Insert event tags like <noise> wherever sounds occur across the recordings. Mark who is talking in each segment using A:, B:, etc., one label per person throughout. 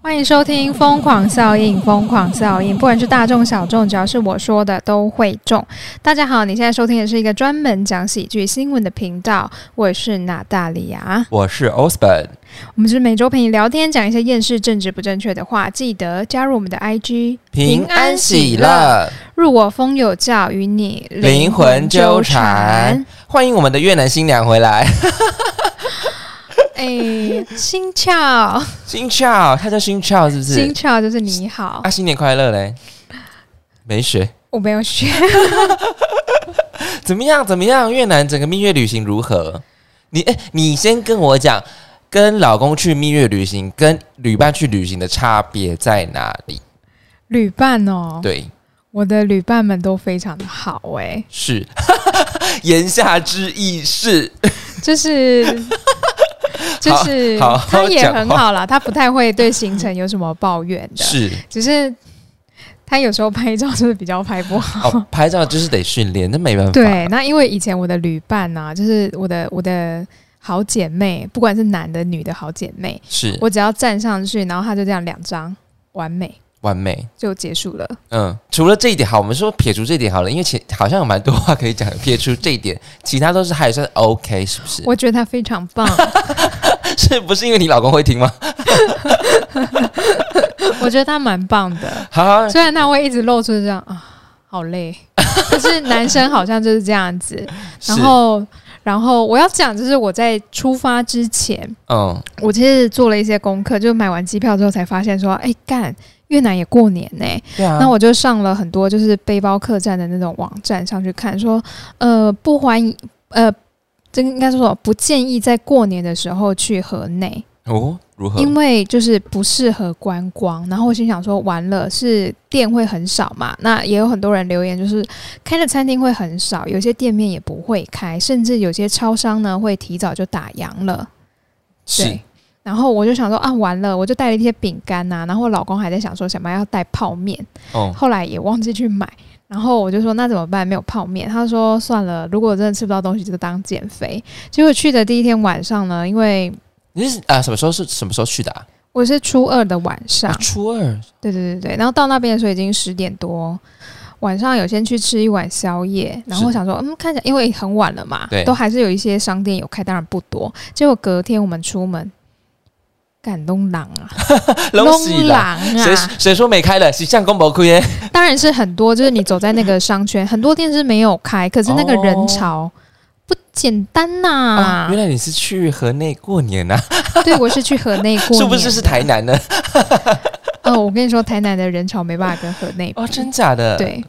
A: 欢迎收听《疯狂效应》，疯狂效应，不管是大众小众，只要是我说的都会中。大家好，你现在收听的是一个专门讲喜剧新闻的频道，我是娜大啊利亚。
B: 我是 Osborn，
A: 我们就是每周陪你聊天，讲一些厌世、政治不正确的话。记得加入我们的 IG，
B: 平安喜，乐，
A: 入我风有教，与你
B: 灵魂纠缠。。欢迎我们的越南新娘回来，
A: 哎，心俏，
B: <laughs> 新俏，她叫新俏是不
A: 心
B: 是？
A: 俏 <laughs> 就是你好，
B: 啊，新年快乐嘞！没学，
A: 我没有学。
B: 怎么样？怎么样？越南整个蜜月旅行如何？你哎，你先跟我讲，跟老公去蜜月旅行跟旅伴去旅行的差别在哪里？
A: 旅伴哦，
B: 对，
A: 我的旅伴们都非常的好哎、
B: 是， <laughs> 言下之意是，
A: 就是
B: <laughs>
A: 就是
B: 好好
A: 他也
B: 讲
A: 很
B: 话
A: 好啦，他不太会对行程有什么抱怨的，
B: 是
A: 只是他有时候拍照就是比较拍不好。
B: 哦，拍照就是得训练，那没办法。
A: 对，那因为以前我的旅伴呢、就是我的我的好姐妹，不管是男的女的好姐妹，
B: 是
A: 我只要站上去，然后他就这样两张完美
B: 完美。
A: 就结束了。
B: 嗯，除了这一点好，我们说撇除这一点好了，因为其好像有蛮多话可以讲。撇除这一点，其他都是还算 OK，是不是？
A: 我觉得他非常棒，
B: <laughs> 是不是因为你老公会听吗？
A: 我觉得他蛮棒的。
B: 好好，
A: 虽然他会一直露出这样啊，好累， <laughs> 可是男生好像就是这样子。然
B: 是
A: 后，然后我要讲，就是我在出发之前，
B: 嗯，
A: 我其实做了一些功课，就买完机票之后才发现说，哎干，越南也过年呢、
B: 对啊，
A: 那我就上了很多就是背包客栈的那种网站上去看，说，呃，不欢迎，呃。这应该说什么不建议在过年的时候去河内，
B: 哦如何？
A: 因为就是不适合观光。然后我心想说，完了是店会很少嘛？那也有很多人留言，就是开的餐厅会很少，有些店面也不会开，甚至有些超商呢会提早就打烊了。
B: 是
A: 对。然后我就想说啊，完了，我就带了一些饼干呐、然后我老公还在想说想不要带泡面，
B: 哦，
A: 后来也忘记去买。然后我就说那怎么办？没有泡面。他说算了，如果真的吃不到东西，就当减肥。结果去的第一天晚上呢，因为
B: 你是啊、什么时候是什么时候去的啊？
A: 我是初二的晚上，
B: 啊初二
A: 对对对对，然后到那边的时候已经十点多，晚上有先去吃一碗宵夜，然后
B: 是
A: 我想说，嗯，看起来因为很晚了嘛
B: 对，
A: 都还是有一些商店有开，当然不多。结果隔天我们出门，感动狼啊，
B: 龙喜啦。
A: 狼
B: 谁
A: 啊，
B: 谁说没开了？是相公伯亏耶。
A: 当然是很多，就是你走在那个商圈，很多店是没有开，可是那个人潮。不简单呐、
B: 啊，哦原来你是去河内过年呐、
A: 对我是去河内过年，
B: <laughs> 是不是是？台南呢？
A: 哦，我跟你说，台南的人潮没办法跟河内比。
B: 哦，真假的？，
A: 对，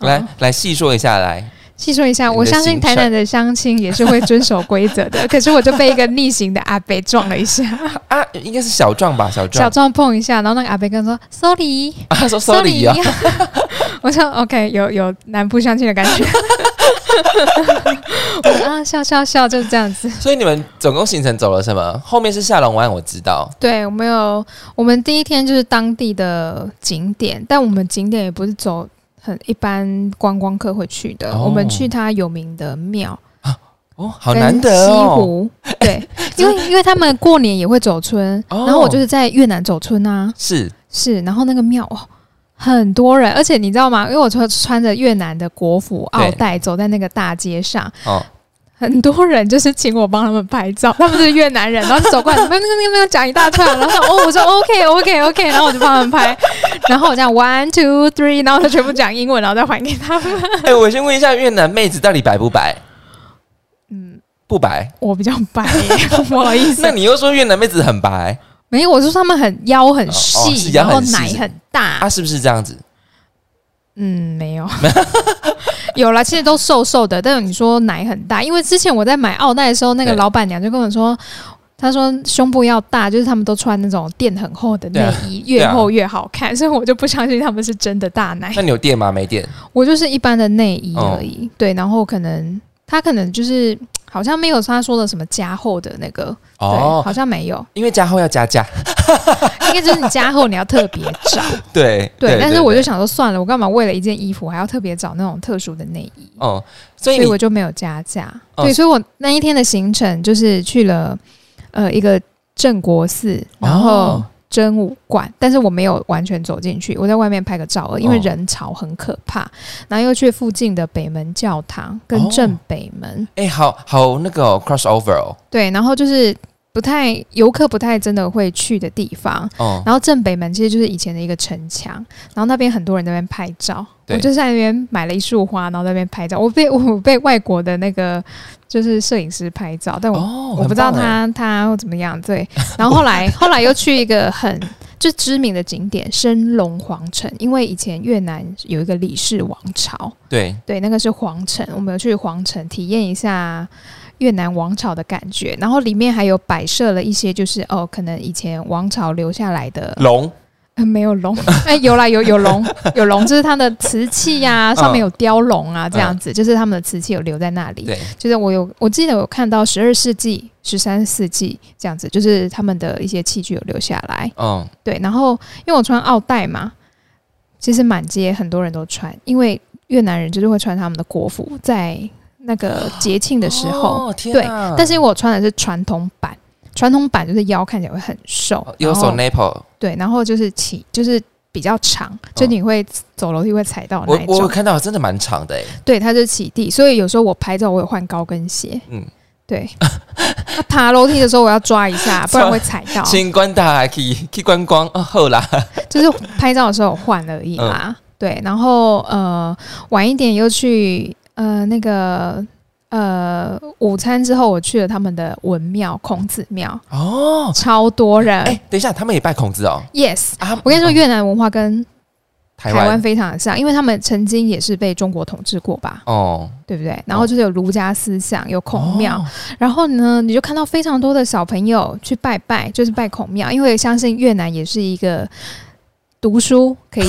B: 来、
A: 嗯
B: 来细说一下来。
A: 细说一下，
B: 你的
A: 我相信
B: 行
A: 台南的乡亲也是会遵守规则
B: <laughs>
A: 的，可是我就被一个逆行的阿伯撞了一下，
B: 啊，应该是小壮吧，小
A: 小
B: 壮。
A: 撞碰一下，然后那个阿伯跟我说 “sorry”，
B: <laughs> 啊，他说 sorry 啊，
A: <laughs> 我说 “OK”，有有南部相亲的感觉， <laughs> 我说啊笑笑笑就是这样子。
B: 所以你们总共行程走了什么？后面是下龙湾，我知道。
A: 对，我们有我们第一天就是当地的景点，但我们景点也不是走很一般观光客会去的，
B: 哦
A: 我们去它有名的庙。
B: 哦，好
A: 跟
B: 难得
A: 西
B: 哦。
A: 湖，对，因为因为他们过年也会走村，
B: 哦
A: 然后我就是在越南走村啊，
B: 是
A: 是，然后那个庙哦。很多人，而且你知道吗？因为我穿穿着越南的国服
B: 对
A: 奥黛走在那个大街上，
B: 哦，
A: 很多人就是请我帮他们拍照，他们是越南人，然后就走过来，没有没有没有没有讲一大串，然后说哦，我说 OK OK OK，然后我就帮他们拍，然后我这样 one two three，然后就全部讲英文，然后再还给他们。
B: 哎、我先问一下越南妹子到底白不白？
A: 嗯，
B: 不白。
A: 我比较白耶，不好意思
B: 那，你又说越南妹子很白，
A: 没有，我说他们很腰很细，
B: 哦哦是腰
A: 然后
B: 很细
A: 奶
B: 是
A: 很大。
B: 啊，是不是这样子？
A: 嗯，没
B: <laughs>
A: 有， <laughs> 有啦，其实都瘦瘦的，但是你说奶很大，因为之前我在买奥黛的时候，那个
B: 对
A: 老板娘就跟我说。她说胸部要大，就是他们都穿那种垫很厚的内衣，
B: 对
A: 越
B: 啊
A: 厚越好看， <laughs> 所以我就不相信他们是真的大奶
B: 那。你有垫吗？没垫。
A: 我就是一般的内衣
B: 啊哦
A: 而已，对，然后可能她可能就是好像没有她说的什么加厚的那个，对，
B: 哦，
A: 好像没有，
B: 因为加厚要加
A: <laughs>
B: 加。
A: 应该就是你加厚你要特别找，
B: 对
A: 对，但是我就想说，算了，我干嘛为了一件衣服还要特别找那种特殊的内衣？
B: 哦、所以
A: 所以
B: 你
A: 我就没有加价。
B: 哦
A: 对，所以我那一天的行程就是去了呃一个镇国寺，然后
B: 哦
A: 真武馆，但是我没有完全走进去，我在外面拍个照而已，因为
B: 哦
A: 人潮很可怕。然后又去附近的北门教堂跟
B: 哦
A: 正北门，
B: 哎、好好那个、哦、crossover 哦，
A: 对，然后就是不太游客不太真的会去的地方。
B: 哦，
A: 然后正北门其实就是以前的一个城墙，然后那边很多人在那边拍照，我
B: 对
A: 就在那边买了一束花，然后在那边拍照。我被 <laughs> 我被外国的那个就是摄影师拍照，但我、
B: 哦，
A: 我不
B: 很
A: 知道
B: 棒哎
A: 他他会怎么样。对，然后后来后来又去一个很就知名的景点升龙皇城，因为以前越南有一个李氏王朝，
B: 对
A: 对，那个是皇城，我们有去皇城体验一下越南王朝的感觉，然后里面还有摆设了一些，就是哦，可能以前王朝留下来的，
B: 龙
A: 呃、没有龙， <laughs> 哎、有啦，有有龙，有龙，就是它的瓷器呀、上面有雕龙啊，这样子，就是他们的瓷器有留在那里。
B: 嗯对
A: 就是我有，我记得有看到十二世纪、十三世纪这样子，就是他们的一些器具有留下来。
B: 嗯
A: 对，然后因为我穿奥黛嘛，其实满街很多人都穿，因为越南人就是会穿他们的国服，在那个节庆的时候。
B: 哦、天
A: 对
B: 哪
A: 但是因为我穿的是传统版，传统版就是腰看起来会很瘦
B: 哦，有
A: 然
B: 手
A: 后
B: n a p l e
A: 对，然后就是起就是比较长，就你会走楼梯会踩到那
B: 嗯我
A: 哦一
B: 我有
A: 种。
B: 看到真的蛮长的哎、
A: 对，它就是起地，所以有时候我拍照我有换高跟鞋。
B: 嗯，
A: 对， <laughs> 那爬楼梯的时候我要抓一下，不然会踩到。
B: 新官大海去去观光哦，后啦，
A: 就是拍照的时候有换而已
B: 嗯
A: 啦。对，然后呃晚一点又去呃那个呃午餐之后，我去了他们的文庙孔子庙，
B: 哦，
A: 超多人。
B: 哎、等一下，他们也拜孔子哦
A: yes，
B: 啊！
A: 我跟你说，
B: 哦，
A: 越南文化跟
B: 台
A: 台
B: 湾
A: 湾非常的像，因为他们曾经也是被中国统治过吧，
B: 哦，
A: 对不对？然后就是有儒家思想，有孔庙，然后呢，你就看到非常多的小朋友去拜拜，就是拜孔庙，因为相信越南也是一个读书可以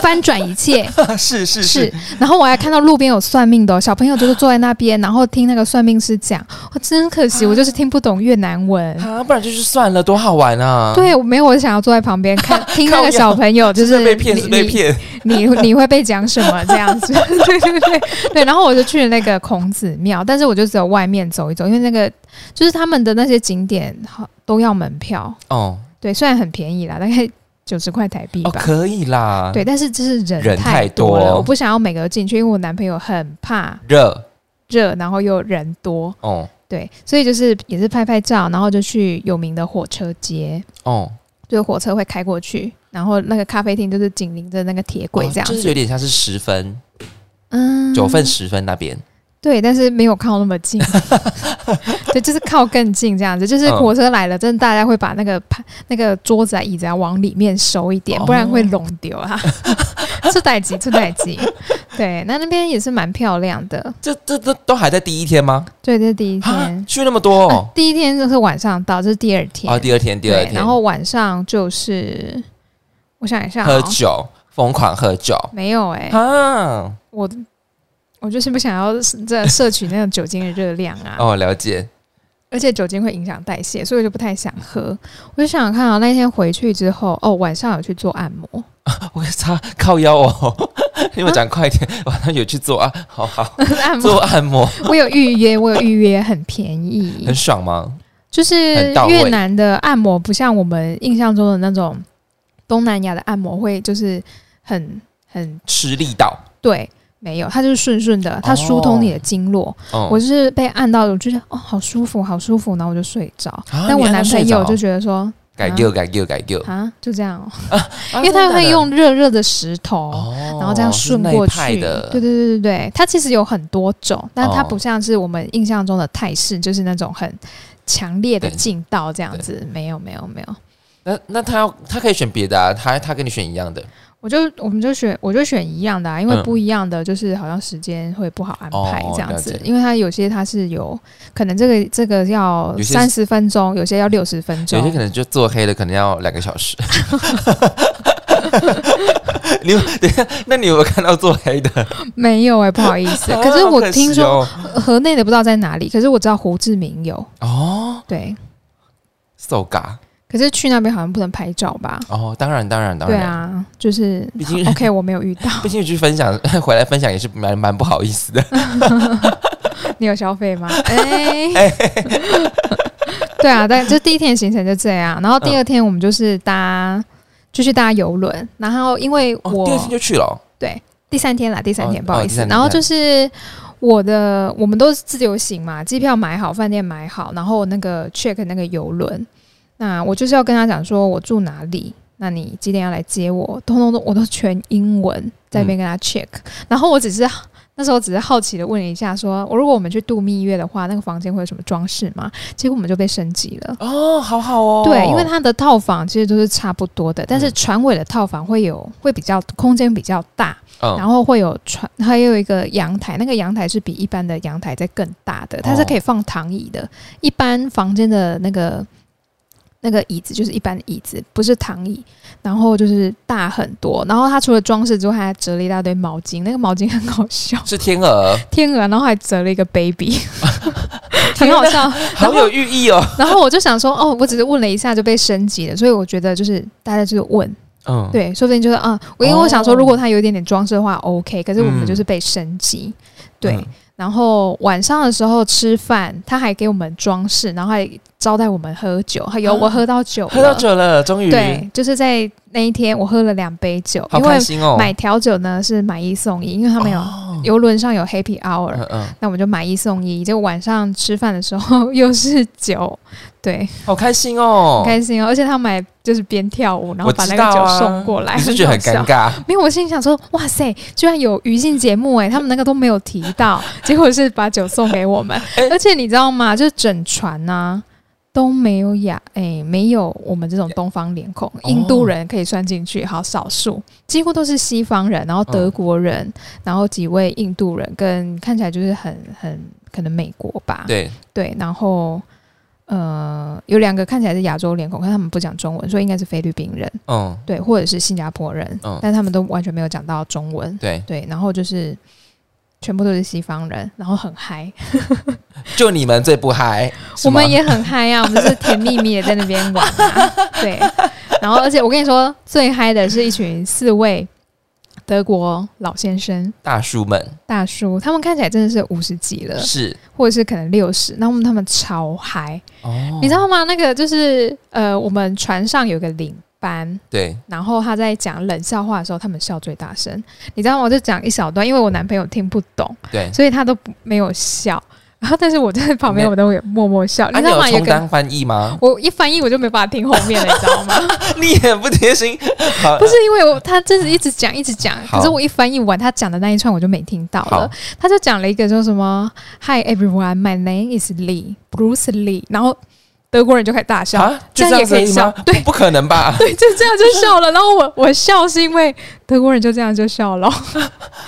A: 翻转一
B: <laughs>
A: 切，
B: 哦是是是，
A: 然后我还看到路边有算命的哦、小朋友，就是坐在那边，然后听那个算命师讲。我真可惜，我就是听不懂越南文。
B: 啊，不然就是算了，多好玩啊！，
A: 对，我没有，我想要坐在旁边
B: <laughs>
A: 看，听那
B: 靠
A: 个
B: 腰
A: 小朋友，就是是
B: 被骗
A: 你
B: 是被骗，
A: 你你你会被讲什么这样
B: <laughs>
A: 子？对对对对。然后我就去了那个孔子庙，但是我就只有外面走一走，因为那个就是他们的那些景点好都要门票，
B: 哦
A: 对，虽然很便宜啦，大概九十块台币
B: 哦，
A: 吧。
B: 可以啦，，
A: 对，但是就是人
B: 人
A: 太
B: 太多
A: 了，我不想要每个都进去，因为我男朋友很怕
B: 热
A: 热，然后又人多，
B: 哦
A: 对，所以就是也是拍拍照，然后就去有名的火车街，
B: 哦，
A: 就是火车会开过去，然后那个咖啡厅就是紧邻着那个铁轨
B: 哦
A: 这样
B: 就是
A: 子，
B: 有点像是十分、
A: 嗯，
B: 九分、十分那边，
A: 对，但是没有靠那么
B: <laughs>
A: 近，对，就是靠更近这样子，就是
B: 嗯
A: 火车来了，真的大家会把那个盘、那个桌子啊、椅子啊往里面收一点，不然会
B: 哦
A: 弄丢啊， <laughs> 出代机，出代机，对，那那边也是蛮漂亮的，
B: 这这这都还在第一天吗？
A: 对，这是第一
B: 啊
A: 天，。
B: 去那么多
A: 啊
B: 哦，
A: 第一天就是晚上到，这是啊第二天。
B: 哦，第二天，第二
A: 对，
B: 天，
A: 然后晚上就是我想一下、
B: 喝
A: 哦，
B: 酒，疯狂喝酒
A: 没有哎、
B: 啊！
A: 我我就是不想要这摄取那种酒精的热量啊，
B: 哦，了解，
A: 而且酒精会影响代谢，所以我就不太想喝。我就想想看啊，那天回去之后，哦，晚上有去做按
B: <laughs>
A: 摩，
B: 我擦，靠腰哦， <laughs> 你们讲快一点，晚上有去做啊，好好
A: 按摩
B: 做按摩，
A: 我有预约，我有预约，很便宜
B: 很，爽吗？
A: 就是
B: 很到位
A: 越南的按摩不像我们印象中的那种东南亚的按摩会，就是很很
B: 吃力道，
A: 对。没有，它就是顺顺的，它疏通你的经络。
B: 哦
A: 我是被按到，我就觉得哦，好舒服，好舒服，然后我就睡着。
B: 啊
A: 但我
B: 你按到
A: 男朋
B: 睡
A: 友
B: 着
A: 就觉得说
B: 改救改救改救，
A: 啊，就这样、哦，因
B: 因
A: 为他会用热热的石头，
B: 哦
A: 然后这样顺过
B: 是那一
A: 去。
B: 派的，
A: 对对对对对，它其实有很多种，但它
B: 哦
A: 不像是我们印象中的泰式，就是那种很强烈的
B: 对
A: 劲道这样子。没有没有没有，
B: 那那他要他可以选别的啊，他他跟你选一样的
A: 我就我们就选我就选一样的、啊，因为
B: 嗯
A: 不一样的就是好像时间会不好安排
B: 哦
A: 这样子，
B: 了解
A: 因为它有些它是有可能这个这个要
B: 有些
A: 三十分钟，有些要六十分
B: 有些可
A: 钟。
B: 能就做黑了，可能要两个小时。 <laughs> 你有等一下，那你有没有看到做黑的？
A: 没有哎、不好意
B: <laughs>
A: 思。
B: 啊
A: 可是
B: 好
A: 我
B: 惜
A: 听说
B: 哦
A: 河内的不知道在哪里，可是我知道胡志明有
B: 哦，
A: 对，
B: 手嘎
A: 可是去那边好像不能拍照吧？
B: 哦，当然当然当
A: 对
B: 然，
A: 啊，
B: <laughs>
A: 就是
B: 毕竟
A: OK，我没有遇到。 <laughs>
B: <laughs> 毕竟去分享回来分享也是蛮蛮不好意思的。 <laughs>
A: 你有消费吗？哎、对啊，但就第一天的行程就这样，然后
B: 嗯
A: 第二天我们就是搭，就去搭游轮，然后因为
B: 哦
A: 我、，
B: 第二天就去了哦、
A: 第三天啦，第三天、
B: 哦
A: 不好意
B: 哦第
A: 思，
B: 三天
A: 然后就是。我的我们都是自由行嘛，机票买好，饭店买好，然后那个 check 那个游轮，那我就是要跟他讲说我住哪里，那你几点要来接我，通通都我都全英文在
B: 嗯
A: 那边跟他 check，、然后我只是那时候只是好奇的问了一下说我如果我们去度蜜月的话，那个房间会有什么装饰吗？结果我们就被升级了。
B: 哦，好好哦。嗯
A: 对，因为它的套房其实都是差不多的，但是船尾的套房会有会比较空间比较大，然
B: 嗯，
A: 后会有船，还有一个阳台，那个阳台是比一般的阳台在更大的，它是可以放躺椅的。一般房间的那个那个椅子就是一般的椅子，不是躺椅，然后就是大很多。然后它除了装饰之外，还折了一大堆毛巾，那个毛巾很好笑，
B: 是天鹅，
A: 天鹅，然后还折了一个 baby，很好笑。然
B: 好
A: 后
B: 有寓意哦。
A: 然后我就想说，哦，我只是问了一下就被升级了，所以我觉得就是大家就是问，
B: 嗯，
A: 对，说不定就是啊，我因为我想说，
B: 哦
A: 如果它有一点点装饰的话，OK，可是我们就是被升级，对。
B: 嗯
A: 然后晚上的时候吃饭，他还给我们装饰，然后还招待我们喝酒，还有
B: 啊
A: 我喝到酒了，
B: 喝到酒了，终于，
A: 对，就是在那一天我喝了两杯酒，
B: 好
A: 因为
B: 开心哦。
A: 买调酒呢是买一送一，因为他们有
B: 哦
A: 游轮上有 Happy Hour，、
B: 嗯嗯，
A: 那我们就买一送一，结果晚上吃饭的时候又是酒，对，
B: 好开心哦
A: 很。开心哦。而且他买就是边跳舞，然后
B: 我
A: 把
B: 知
A: 那
B: 道
A: 个酒
B: 啊
A: 送过来，
B: 你是觉得很尴
A: 搞笑？
B: 尬？
A: 没有，我心里想说，哇塞，居然有娱性节目哎，他们那个都没有提到，结果是把酒送给我们，
B: 哎
A: 而且你知道吗？就是整船呐、都没有亚哎，没有我们这种东方脸孔，印度人可以算进去，好少数，几乎都是西方人，然后德国人，然后几位印度人，跟看起来就是很很可能美国吧，
B: 对，
A: 对，然后呃有两个看起来是亚洲脸孔，但他们不讲中文，所以应该是菲律宾人。
B: 嗯，
A: 对，或者是新加坡人，
B: 嗯
A: 但他们都完全没有讲到中文，
B: 对，
A: 对，然后就是全部都是西方人，然后很嗨，
B: 就你们最不嗨，
A: <laughs>
B: 是
A: 我
B: 吗
A: 们也很嗨啊，我们就是甜蜜蜜也在那边玩、啊，对，然后而且我跟你说，最嗨的是一群四位德国老先生
B: 大叔们
A: 大叔，他们看起来真的是五十几了，
B: 是
A: 或者是可能六十，那么他们超嗨，
B: 哦
A: 你知道吗？那个就是呃，我们船上有个领班，
B: 对，
A: 然后他在讲冷笑话的时候，他们笑最大声，你知道吗？我就讲一小段，因为我男朋友听不懂，
B: 对
A: 所以他都不没有笑。然后，但是我在旁边，
B: 没
A: 我都有 <laughs> 默默笑。
B: 啊，
A: 你
B: 你
A: 知道
B: 有
A: 吗？有个
B: 充当翻译吗？ <laughs>
A: 我一翻译，我就没办法听后面了，你知道吗？
B: 你也不贴心，好
A: 不是因为我他真是一直讲一直讲，
B: 好
A: 可是我一翻译完他讲的那一串我就没听到了
B: 好。
A: 他就讲了一个说什么 “Hi everyone, my name is Lee Bruce Lee”，然后德国人就开始大笑。
B: 啊，
A: 这
B: 就这
A: 样
B: 样
A: 也
B: 子
A: 可
B: 而
A: 以
B: 已
A: 笑
B: 吗？
A: 对
B: 不可能吧？
A: <laughs> 对， <laughs> 就这样就笑了。然后我我笑是因为德国人就这样就笑了。
B: 啊嗯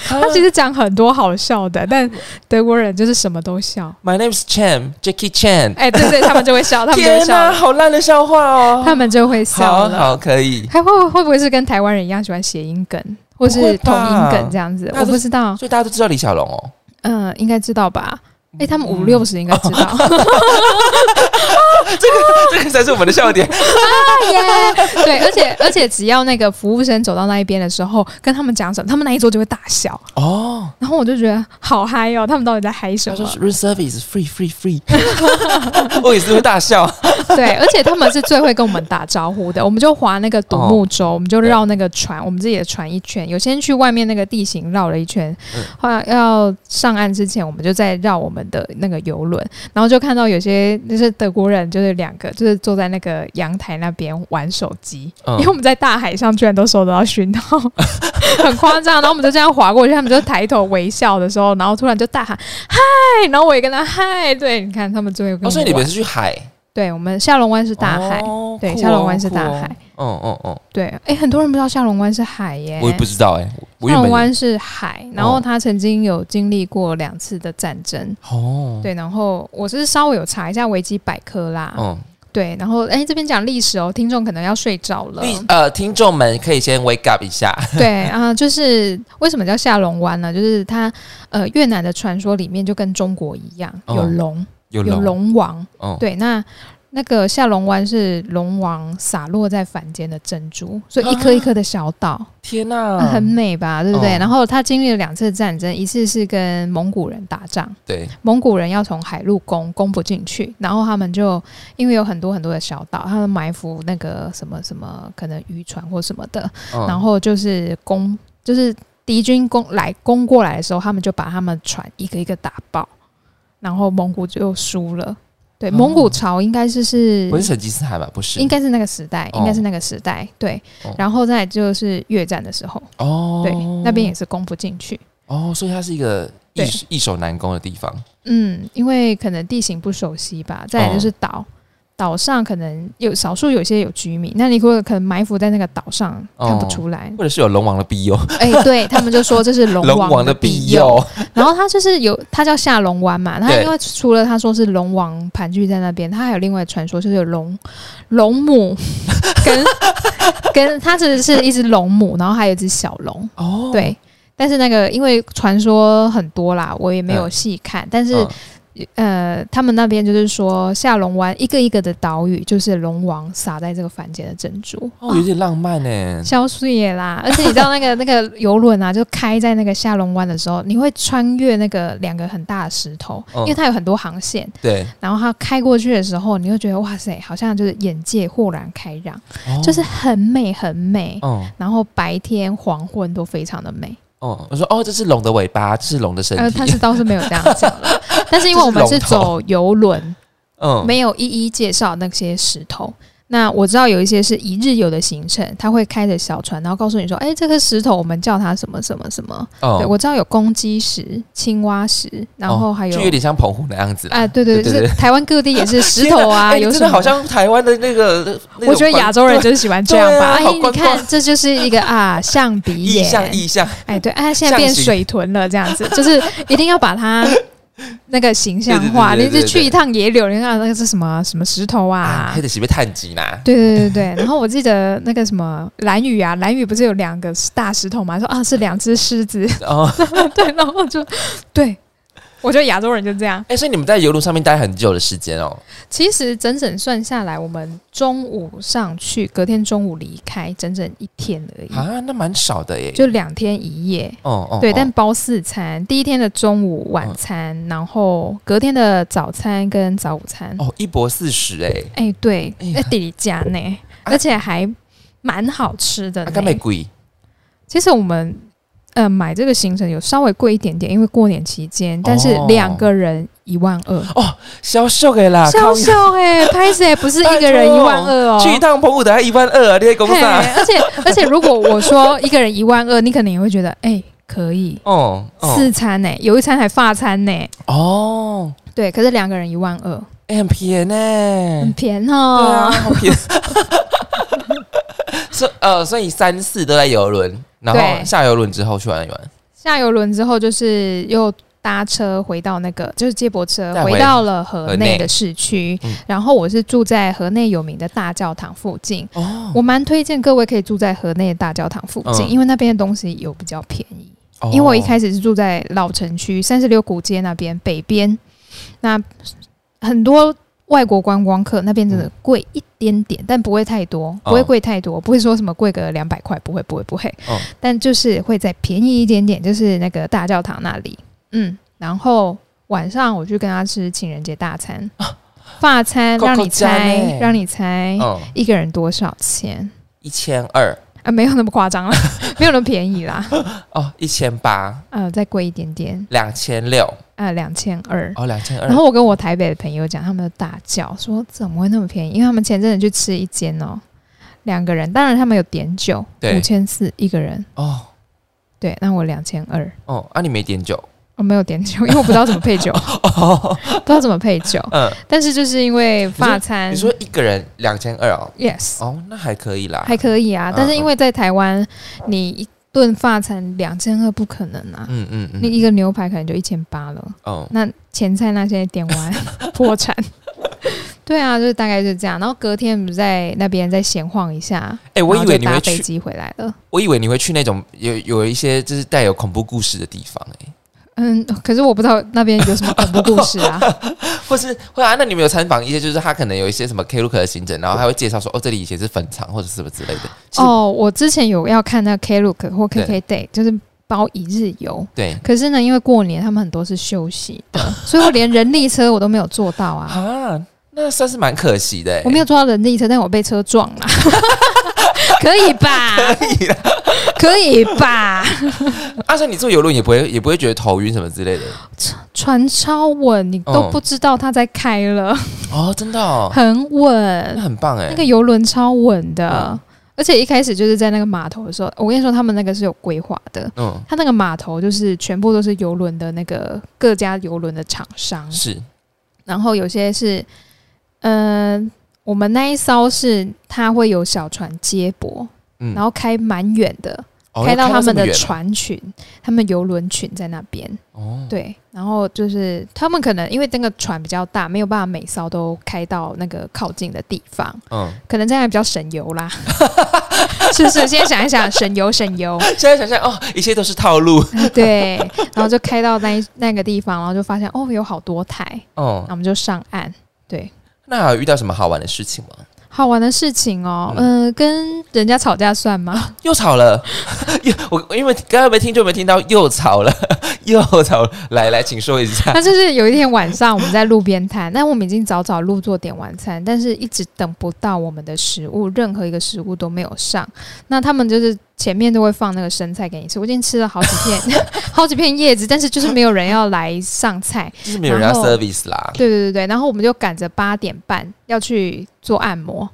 A: 他其实讲很多好笑的，但德国人就是什么都笑。
B: My name is Chan Jackie Chan。
A: 哎，对
B: <laughs>
A: 对，他们就会笑，他们就会
B: 天
A: 笑，
B: 好烂的笑话哦！
A: 他们就会笑
B: 好
A: 了。
B: 好可以，
A: 还会会不会是跟台湾人一样喜欢谐音梗，或
B: 不
A: 是
B: 会
A: 同
B: 吧
A: 音梗这样子？
B: 大家
A: 我
B: 都
A: 不知道，
B: 所以大家都知道李小龙哦。
A: 嗯，应该知道吧？
B: 嗯
A: 哎，他们五六十应该知
B: <laughs>
A: 道。啊
B: 这个才是我们的笑
A: <laughs>
B: 点。
A: 耶！ <laughs> 对，而且而且只要那个服务生走到那一边的时候，跟他们讲什么，他们那一桌就会大笑。
B: 哦，
A: 然后我就觉得好嗨哦，他们到底在嗨什
B: 他
A: 么
B: 说？room service free free free，
A: <laughs>
B: 我 <laughs> 也是会大笑。
A: 嗯对，而且他们是最会跟我们打招呼的。我们就划那个独
B: 哦
A: 木舟，我们就绕那个船，我们自己的船一圈。有些人去外面那个地形绕了一圈
B: 嗯，
A: 后来要上岸之前，我们就在绕我们的那个游轮，然后就看到有些就是德国人，就是两个就是坐在那个阳台那边玩手机，因
B: 嗯
A: 为我们在大海上居然都收得到讯号， <laughs> 很夸张。然后我们就这样划过去，他们就抬头微笑的时候，然后突然就大喊嗨，然后我也跟他嗨。对，你看他们最会跟我
B: 哦，
A: 们
B: 所以你
A: 玩
B: 们是去海，
A: 对，我们下龙湾是大海，
B: 哦
A: 对
B: 酷哦
A: 下龙湾是大海
B: 酷哦嗯嗯
A: 对，哎，很多人不知道下龙湾是海耶
B: 嗯，，我也不知道哎，我
A: 下
B: 原
A: 龙
B: 本
A: 湾是海，然后他曾经有经历过两次的战争，
B: 哦，
A: 对，然后我是稍微有查一下维基百科啦，
B: 嗯，
A: 对，然后哎这边讲历史哦，听众可能要睡着了，
B: 你呃，听众们可以先 wake up 一下，
A: 对啊、就是为什么叫下龙湾呢？就是它呃越南的传说里面就跟中国一样
B: 哦
A: 有龙，
B: 有
A: 有
B: 龙，
A: 龙王，
B: 哦，
A: 对，那那个下龙湾是龙王洒落在凡间的珍珠，所以一颗一颗的小岛，
B: 天哪、
A: 那啊很美吧，对不对？
B: 嗯
A: 然后他经历了两次战争，一次是跟蒙古人打仗，
B: 对，
A: 蒙古人要从海路攻，攻不进去，然后他们就因为有很多很多的小岛，他们埋伏那个什么什么，可能渔船或什么的，
B: 嗯
A: 然后就是攻，就是敌军攻来攻过来的时候，他们就把他们船一个一个打爆，然后蒙古就输了。对，
B: 哦
A: 蒙古朝应该是是
B: 不是成吉思汗吧？不是，
A: 嗯应该是那个时代，
B: 哦
A: 应该是那个时代。对
B: 哦，
A: 然后再来就是越战的时候，
B: 哦，
A: 对，那边也是攻不进去。
B: 哦，所以它是一个易
A: 对
B: 易守难攻的地方。
A: 嗯，因为可能地形不熟悉吧，再来
B: 哦
A: 就是岛。岛上可能有少数有些有居民，那你如果可能埋伏在那个岛上看不
B: 哦
A: 出来， <laughs>
B: 或者是有龙王的庇佑，
A: 哎、对他们就说这是 <laughs> 龙
B: 龙
A: 王
B: 王
A: 的
B: 的
A: 庇
B: 庇
A: 佑，
B: 佑，
A: 然后他就是有，他叫下龙湾嘛。他
B: 对
A: 因为除了他说是龙王盘踞在那边，他还有另外传说，就是有龙龙
B: <laughs>
A: 母跟跟他只是一只龙母，然后还有一只小龙。
B: 哦，
A: 对，但是那个因为传说很多啦，我也没有
B: 嗯
A: 细看。但是、
B: 嗯，
A: 呃，他们那边就是说下龙湾一个一个的岛屿，就是龙王撒在这个凡间的珍珠。
B: 哦，有点浪漫呢。
A: 消碎啦！ <laughs> 而且你知道那个那个游轮啊，就开在那个下龙湾的时候，你会穿越那个两个很大的石头，
B: 嗯
A: 因为它有很多航线。
B: 对，
A: 然后它开过去的时候，你会觉得哇塞，好像就是眼界豁然开朗，
B: 哦
A: 就是，很美很美。
B: 哦
A: 然后白天、黄昏都非常的美，
B: 哦，我说哦，这是龙的尾巴，这是龙的身
A: 呃，
B: 体
A: 但，是倒是没有这样讲
B: <laughs>
A: 了。但是因为我们是走游轮，
B: 嗯，
A: 没有一一介绍那些石头。那我知道有一些是一日游的行程，他会开着小船，然后告诉你说，哎，这个石头我们叫它什么什么什么。
B: 哦哦
A: 对，我知道有公鸡石、青蛙石，然后还有
B: 就有点像澎湖那样子啦
A: 啊，对对
B: 对
A: 对，
B: 对
A: 就是台湾各地也是石头啊，
B: <laughs> 哎
A: 有
B: 真
A: 什
B: 的
A: 么？
B: 好像台湾的那个，那
A: 我
B: 种
A: 觉得
B: 观
A: 亚洲人就是喜欢这样吧。
B: 对啊
A: 哎，
B: 好
A: 你
B: 观光
A: 看，这就是一个
B: <laughs>
A: 啊象鼻
B: 意象
A: 眼，
B: 意象，
A: 哎，对，哎，现在变
B: 象形
A: 水豚了，这样子，就是一定要把它
B: <laughs>
A: 那个形象化。
B: 对
A: 你
B: 对对
A: 就
B: 对对
A: 去一趟野柳，你看那个是什么什么石头啊
B: 啊，还？得是被探机啦。
A: 对对对对， <laughs> 然后我记得那个什么蓝雨啊，蓝雨不是有两个大石头吗？说啊是两只狮子， <laughs>
B: 哦，
A: 对，然后就对，我觉得亚洲人就这样。
B: 哎，所以你们在游轮上面待很久的时间哦。
A: 其实整整算下来，我们中午上去，隔天中午离开，整整一天而已，
B: 啊，那蛮少的耶。
A: 嗯就两天一夜。
B: 哦哦，
A: 对，
B: 哦
A: 但包四餐，第一天的中午晚餐，然后隔天的早餐跟早午餐。
B: 哦一博四十哎，
A: 哎、对，
B: 哎呀
A: 那底价呢，而且还蛮好吃的
B: 啊，
A: 呢
B: 干。美贵
A: 其实我们呃买这个行程有稍微贵一点点，因为过年期间，但是
B: 哦
A: 两个人一万二。
B: 销售给啦，
A: 笑
B: 靠
A: 笑哎，拍谁不是一个人一万二哦。
B: 去一趟澎湖的还一万二啊，你在公
A: 嘿
B: 啥？
A: 而且而且，如果我说一个人一万二，你可能也会觉得，哎、可以
B: 哦哦
A: 四餐呢、有一餐还发餐呢、
B: 哦，
A: 对，可是两个人一万二，
B: 哎，很便宜
A: 很
B: 呢。
A: 便宜
B: 嗯对啊，
A: 哦。
B: 好便宜。 <laughs> 所呃，所以三四都在游轮，然后
A: 对
B: 下游轮之后去玩一玩，
A: 下游轮之后，就是又搭车回到那个，就是接驳车
B: 再回
A: 回到了河
B: 河
A: 内
B: 内
A: 的市区
B: 嗯。
A: 然后我是住在河内有名的大教堂附近，
B: 哦
A: 我蛮推荐各位可以住在河内的大教堂附近，
B: 嗯
A: 因为那边的东西有比较便宜。
B: 哦
A: 因为我一开始是住在老城区三十六古街那边北边，那很多外国观光客那边真的贵一点
B: 嗯
A: 点，但不会太多，不会贵太多，不会说什么贵个两百块，不会不会不会，
B: 哦
A: 但就是会再便宜一点点，就是那个大教堂那里，嗯，然后晚上我去跟他吃情人节大餐，法餐，
B: 啊够
A: 让
B: 够
A: 你
B: 加
A: 猜
B: 呢，
A: 让你猜，
B: 嗯
A: 一个人多少钱？
B: 一千二
A: 啊，没有那么夸张了， <laughs> 没有那么便宜啦，
B: 哦，一千八
A: 呃，再贵一点点，
B: 两千六
A: 啊，两千二。
B: 哦，两千二
A: 然后我跟我台北的朋友讲，他们都大叫说怎么会那么便宜？因为他们前阵子去吃一间哦，两个人，当然他们有点酒，
B: 对
A: 五千四一个人，
B: 哦
A: 对，那我两千二，
B: 哦，啊你没点酒
A: 我没有点酒，因为我不知道怎么配酒，
B: <laughs> 哦，
A: 不知道怎么配酒，
B: 嗯，
A: 但是就是因为法餐
B: 你说一个人两千二哦，
A: ，yes，
B: 哦那还可以啦，
A: 还可以啊，
B: 嗯
A: 但是因为在台湾，你一顿法餐两千二不可能啊，
B: 嗯嗯
A: 你
B: 嗯，
A: 一个牛排可能就一千八了。
B: 哦
A: 那前菜那些点
B: <laughs>
A: 完破产。对啊，就是大概就这样。然后隔天不是在那边再闲晃一下，
B: 哎，我
A: 然
B: 以
A: 后
B: 为
A: 就
B: 你
A: 搭
B: 会
A: 飞
B: 去，
A: 机回来了。
B: 我以为你会去那种有有一些就是带有恐怖故事的地方哎，
A: 嗯，可是我不知道那边有什么恐怖故事啊。
B: 或是会啊，那你们有采访一些，就是他可能有一些什么 K 路可的行程，然后他会介绍说，哦，这里以前是坟场或者什么之类的。 <laughs> 是，
A: 哦，我之前有要看那 Klook 或
B: 对
A: KK Day，就是包一日游。
B: 对
A: 可是呢，因为过年他们很多是休息的，所以我连人力车我都没有坐到啊。
B: 啊，那算是蛮可惜的欸、
A: 我没有坐到人力车，但我被车撞了， <laughs> 可以吧？
B: 可以啦。
A: 可以吧？
B: 阿啊生，所以你坐游轮也不会也不会觉得头晕什么之类的。
A: 船超稳，你都
B: 嗯
A: 不知道它在开了，
B: 哦，真的哦，
A: 很
B: 那
A: 稳，
B: 很棒哎、
A: 那个游轮超稳的。
B: 嗯
A: 而且一开始就是在那个码头的时候，我跟你说，他们那个是有规划的。
B: 嗯，
A: 他那个码头就是全部都是游轮的那个各家游轮的厂商，
B: 是
A: 然后有些是，嗯、我们那一艘是它会有小船接驳，
B: 嗯
A: 然后开蛮远的，
B: 哦
A: 开
B: 要
A: 到他
B: 这
A: 们
B: 么
A: 的
B: 远
A: 船群，他们游轮群在那边。
B: 哦，
A: 对，然后就是他们可能因为那个船比较大，没有办法每艘都开到那个靠近的地方，
B: 嗯，
A: 可能这样也比较省油
B: <laughs>
A: 啦。是不是？现在想一想，省油省
B: <laughs>
A: 油。
B: 现在想想哦，一切都是套路。
A: 对，然后就开到那一那个地方，然后就发现哦，有好多台，
B: 哦
A: 那，我们就上岸。对，
B: 那还有遇到什么好玩的事情吗？
A: 好玩的事情哦，嗯、跟人家吵架算吗？
B: 又吵了， <laughs> 又我因为刚刚没听就没听到，又吵了， <laughs> 又吵了。来来，请说一下。
A: <laughs> 那就是有一天晚上我们在路边摊，但我们已经早早入座点晚餐，但是一直等不到我们的食物，任何一个食物都没有上。那他们就是前面都会放那个生菜给你吃，我已经吃了好几片 <laughs> 好几片叶子，但是就是没有人要来上菜。
B: 就是没有人要
A: 然后
B: service 啦。
A: 对对对对，然后我们就赶着八点半要去做按摩。